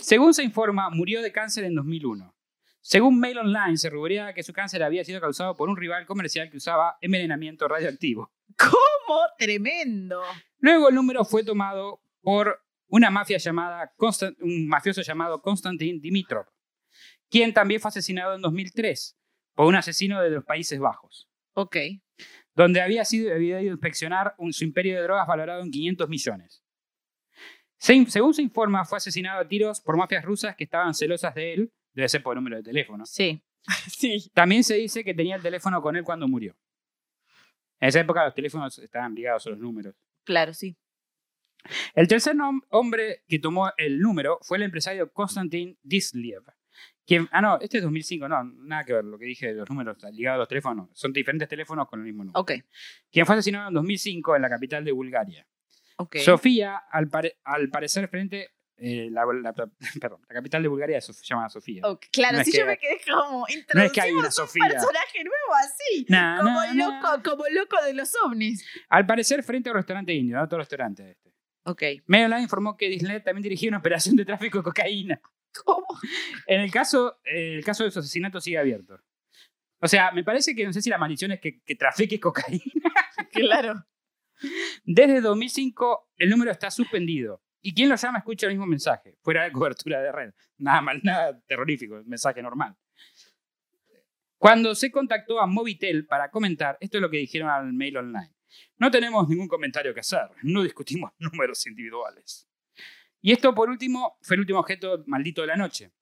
Speaker 3: Según se informa, murió de cáncer en 2001. Según Mail Online, se rumoreaba que su cáncer había sido causado por un rival comercial que usaba envenenamiento radioactivo.
Speaker 4: Como tremendo.
Speaker 3: Luego el número fue tomado por una mafia llamada Constan- un mafioso llamado Konstantin Dimitrov, quien también fue asesinado en 2003 por un asesino de los Países Bajos,
Speaker 4: Ok.
Speaker 3: donde había, sido, había ido a inspeccionar un, su imperio de drogas valorado en 500 millones. Se in- según se informa, fue asesinado a tiros por mafias rusas que estaban celosas de él, debe ser por el número de teléfono.
Speaker 4: Sí. Sí.
Speaker 3: También se dice que tenía el teléfono con él cuando murió. En esa época los teléfonos estaban ligados a los números.
Speaker 4: Claro, sí.
Speaker 3: El tercer nom- hombre que tomó el número fue el empresario Konstantin Disliev. Quien, ah, no, este es 2005, no, nada que ver lo que dije de los números ligados a los teléfonos. Son diferentes teléfonos con el mismo número.
Speaker 4: Ok.
Speaker 3: Quien fue asesinado en 2005 en la capital de Bulgaria.
Speaker 4: Ok.
Speaker 3: Sofía, al, pare- al parecer, frente. eh, la, la- perdón, la capital de Bulgaria se llama Sofía.
Speaker 4: Ok, Claro,
Speaker 3: No es
Speaker 4: sí, yo
Speaker 3: que-
Speaker 4: me quedé como introducimos
Speaker 3: no es que hay una
Speaker 4: un
Speaker 3: Sofía.
Speaker 4: personaje nuevo así.
Speaker 3: Na,
Speaker 4: como
Speaker 3: na, na.
Speaker 4: loco, como loco de los ovnis.
Speaker 3: Al parecer, frente a un restaurante indio, no otro restaurante. Este.
Speaker 6: Ok.
Speaker 3: Mediolan informó que Disney también dirigía una operación de tráfico de cocaína.
Speaker 4: ¿Cómo?
Speaker 3: En el caso, eh, el caso de su asesinato sigue abierto. O sea, me parece que no sé si la maldición es que, que trafique cocaína.
Speaker 4: Claro.
Speaker 3: Desde 2005 el número está suspendido. Y quien lo llama escucha el mismo mensaje, fuera de cobertura de red. Nada mal, nada terrorífico, un mensaje normal. Cuando se contactó a Movitel para comentar, esto es lo que dijeron al mail online. No tenemos ningún comentario que hacer, no discutimos números individuales. Y esto, por último, fue el último objeto maldito de la noche.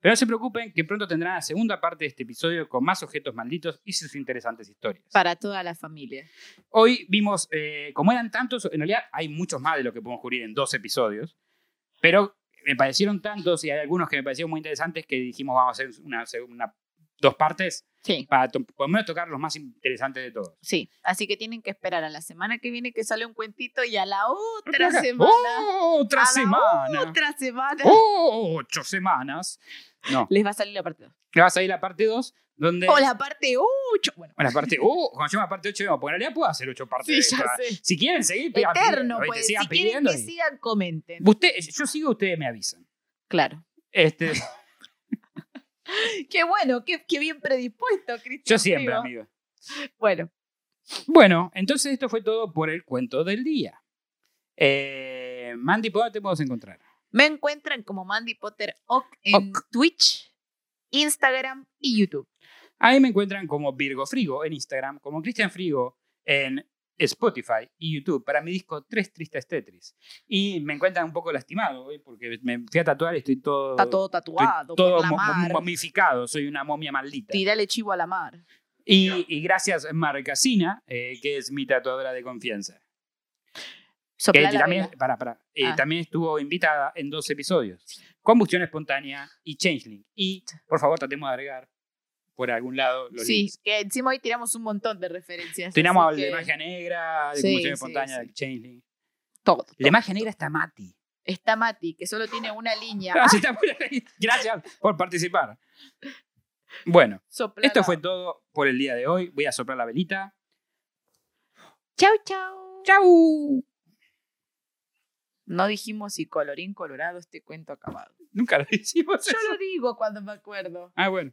Speaker 3: Pero no se preocupen que pronto tendrán la segunda parte de este episodio con más objetos malditos y sus interesantes historias.
Speaker 4: Para toda la familia.
Speaker 3: Hoy vimos, eh, como eran tantos, en realidad hay muchos más de lo que podemos cubrir en dos episodios, pero me parecieron tantos y hay algunos que me parecieron muy interesantes que dijimos vamos a hacer una, segunda- dos partes
Speaker 4: Sí.
Speaker 3: para to- por lo menos tocar los más interesantes de todos.
Speaker 4: Sí. Así que tienen que esperar a la semana que viene que sale un cuentito y a la otra
Speaker 3: Acá.
Speaker 4: semana.
Speaker 3: ¡Oh, otra
Speaker 4: A la
Speaker 3: semana.
Speaker 4: Otra semana.
Speaker 3: ¡Oh, ocho semanas. No,
Speaker 4: Les va a salir la parte 2.
Speaker 3: que vas a ir la parte 2, donde...
Speaker 4: O la parte 8. Bueno,
Speaker 3: Bueno, la parte... ¡Oh! Cuando llama parte 8, porque en realidad puedo hacer ocho partes.
Speaker 4: sí,
Speaker 3: de
Speaker 4: ya
Speaker 3: esta.
Speaker 4: sé.
Speaker 3: Si quieren seguir, pidan pidiendo,
Speaker 4: Eterno,
Speaker 3: ¿viste?
Speaker 4: pues. Si
Speaker 3: Sigan
Speaker 4: quieren
Speaker 3: pidiendo
Speaker 4: que
Speaker 3: y-
Speaker 4: sigan, comenten.
Speaker 3: Usted- yo sigo, ustedes me avisan.
Speaker 4: Claro.
Speaker 3: Este...
Speaker 4: Qué bueno, qué, qué bien predispuesto, Cristian.
Speaker 3: Yo siempre,
Speaker 4: Frigo.
Speaker 3: amigo.
Speaker 4: Bueno,
Speaker 3: Bueno, entonces esto fue todo por el cuento del día. Eh, Mandy, ¿por dónde te podemos encontrar?
Speaker 4: me encuentran como Mandy Potter Oc en Twitch, Instagram y YouTube.
Speaker 3: Ahí me encuentran como Virgo Frigo en Instagram, como Cristian Frigo en Spotify y YouTube para mi disco Tres Tristes Tetris. Y me encuentran un poco lastimado hoy porque me fui a tatuar y estoy todo...
Speaker 4: Está todo
Speaker 3: Oh, estoy
Speaker 4: tatuado,
Speaker 3: todo
Speaker 4: por la
Speaker 3: mo- mo-
Speaker 4: mar.
Speaker 3: momificado, soy una momia maldita.
Speaker 4: Tirale chivo a la mar.
Speaker 3: Y, y gracias Marcasina, eh, que es mi tatuadora de confianza.
Speaker 4: Soplá
Speaker 3: Que
Speaker 4: la
Speaker 3: también,
Speaker 4: vela.
Speaker 3: pará, pará. Eh,
Speaker 4: Ah.
Speaker 3: también estuvo invitada en dos episodios. Combustión espontánea y Changeling. Y, por favor, tratemos de agregar por algún lado los
Speaker 4: Sí,
Speaker 3: links.
Speaker 4: que encima hoy tiramos un montón de referencias.
Speaker 3: Tenemos
Speaker 4: así
Speaker 3: el de
Speaker 4: que
Speaker 3: Magia Negra, de
Speaker 4: Sí,
Speaker 3: Combustión
Speaker 4: sí,
Speaker 3: espontánea,
Speaker 4: sí.
Speaker 3: de Changeling.
Speaker 4: Todo.
Speaker 3: El de Magia Negra está Mati.
Speaker 4: Está Mati, que solo tiene una línea.
Speaker 3: Ah, sí, está por ahí. Gracias por participar. Bueno,
Speaker 4: Soplá
Speaker 3: esto
Speaker 4: la-
Speaker 3: fue todo por el día de hoy. Voy a soplar la velita.
Speaker 4: Chau, chau.
Speaker 3: ¡Chau!
Speaker 4: No dijimos si colorín colorado este cuento acabado.
Speaker 3: Nunca lo hicimos.
Speaker 4: Yo lo digo cuando me acuerdo.
Speaker 3: Ah, bueno.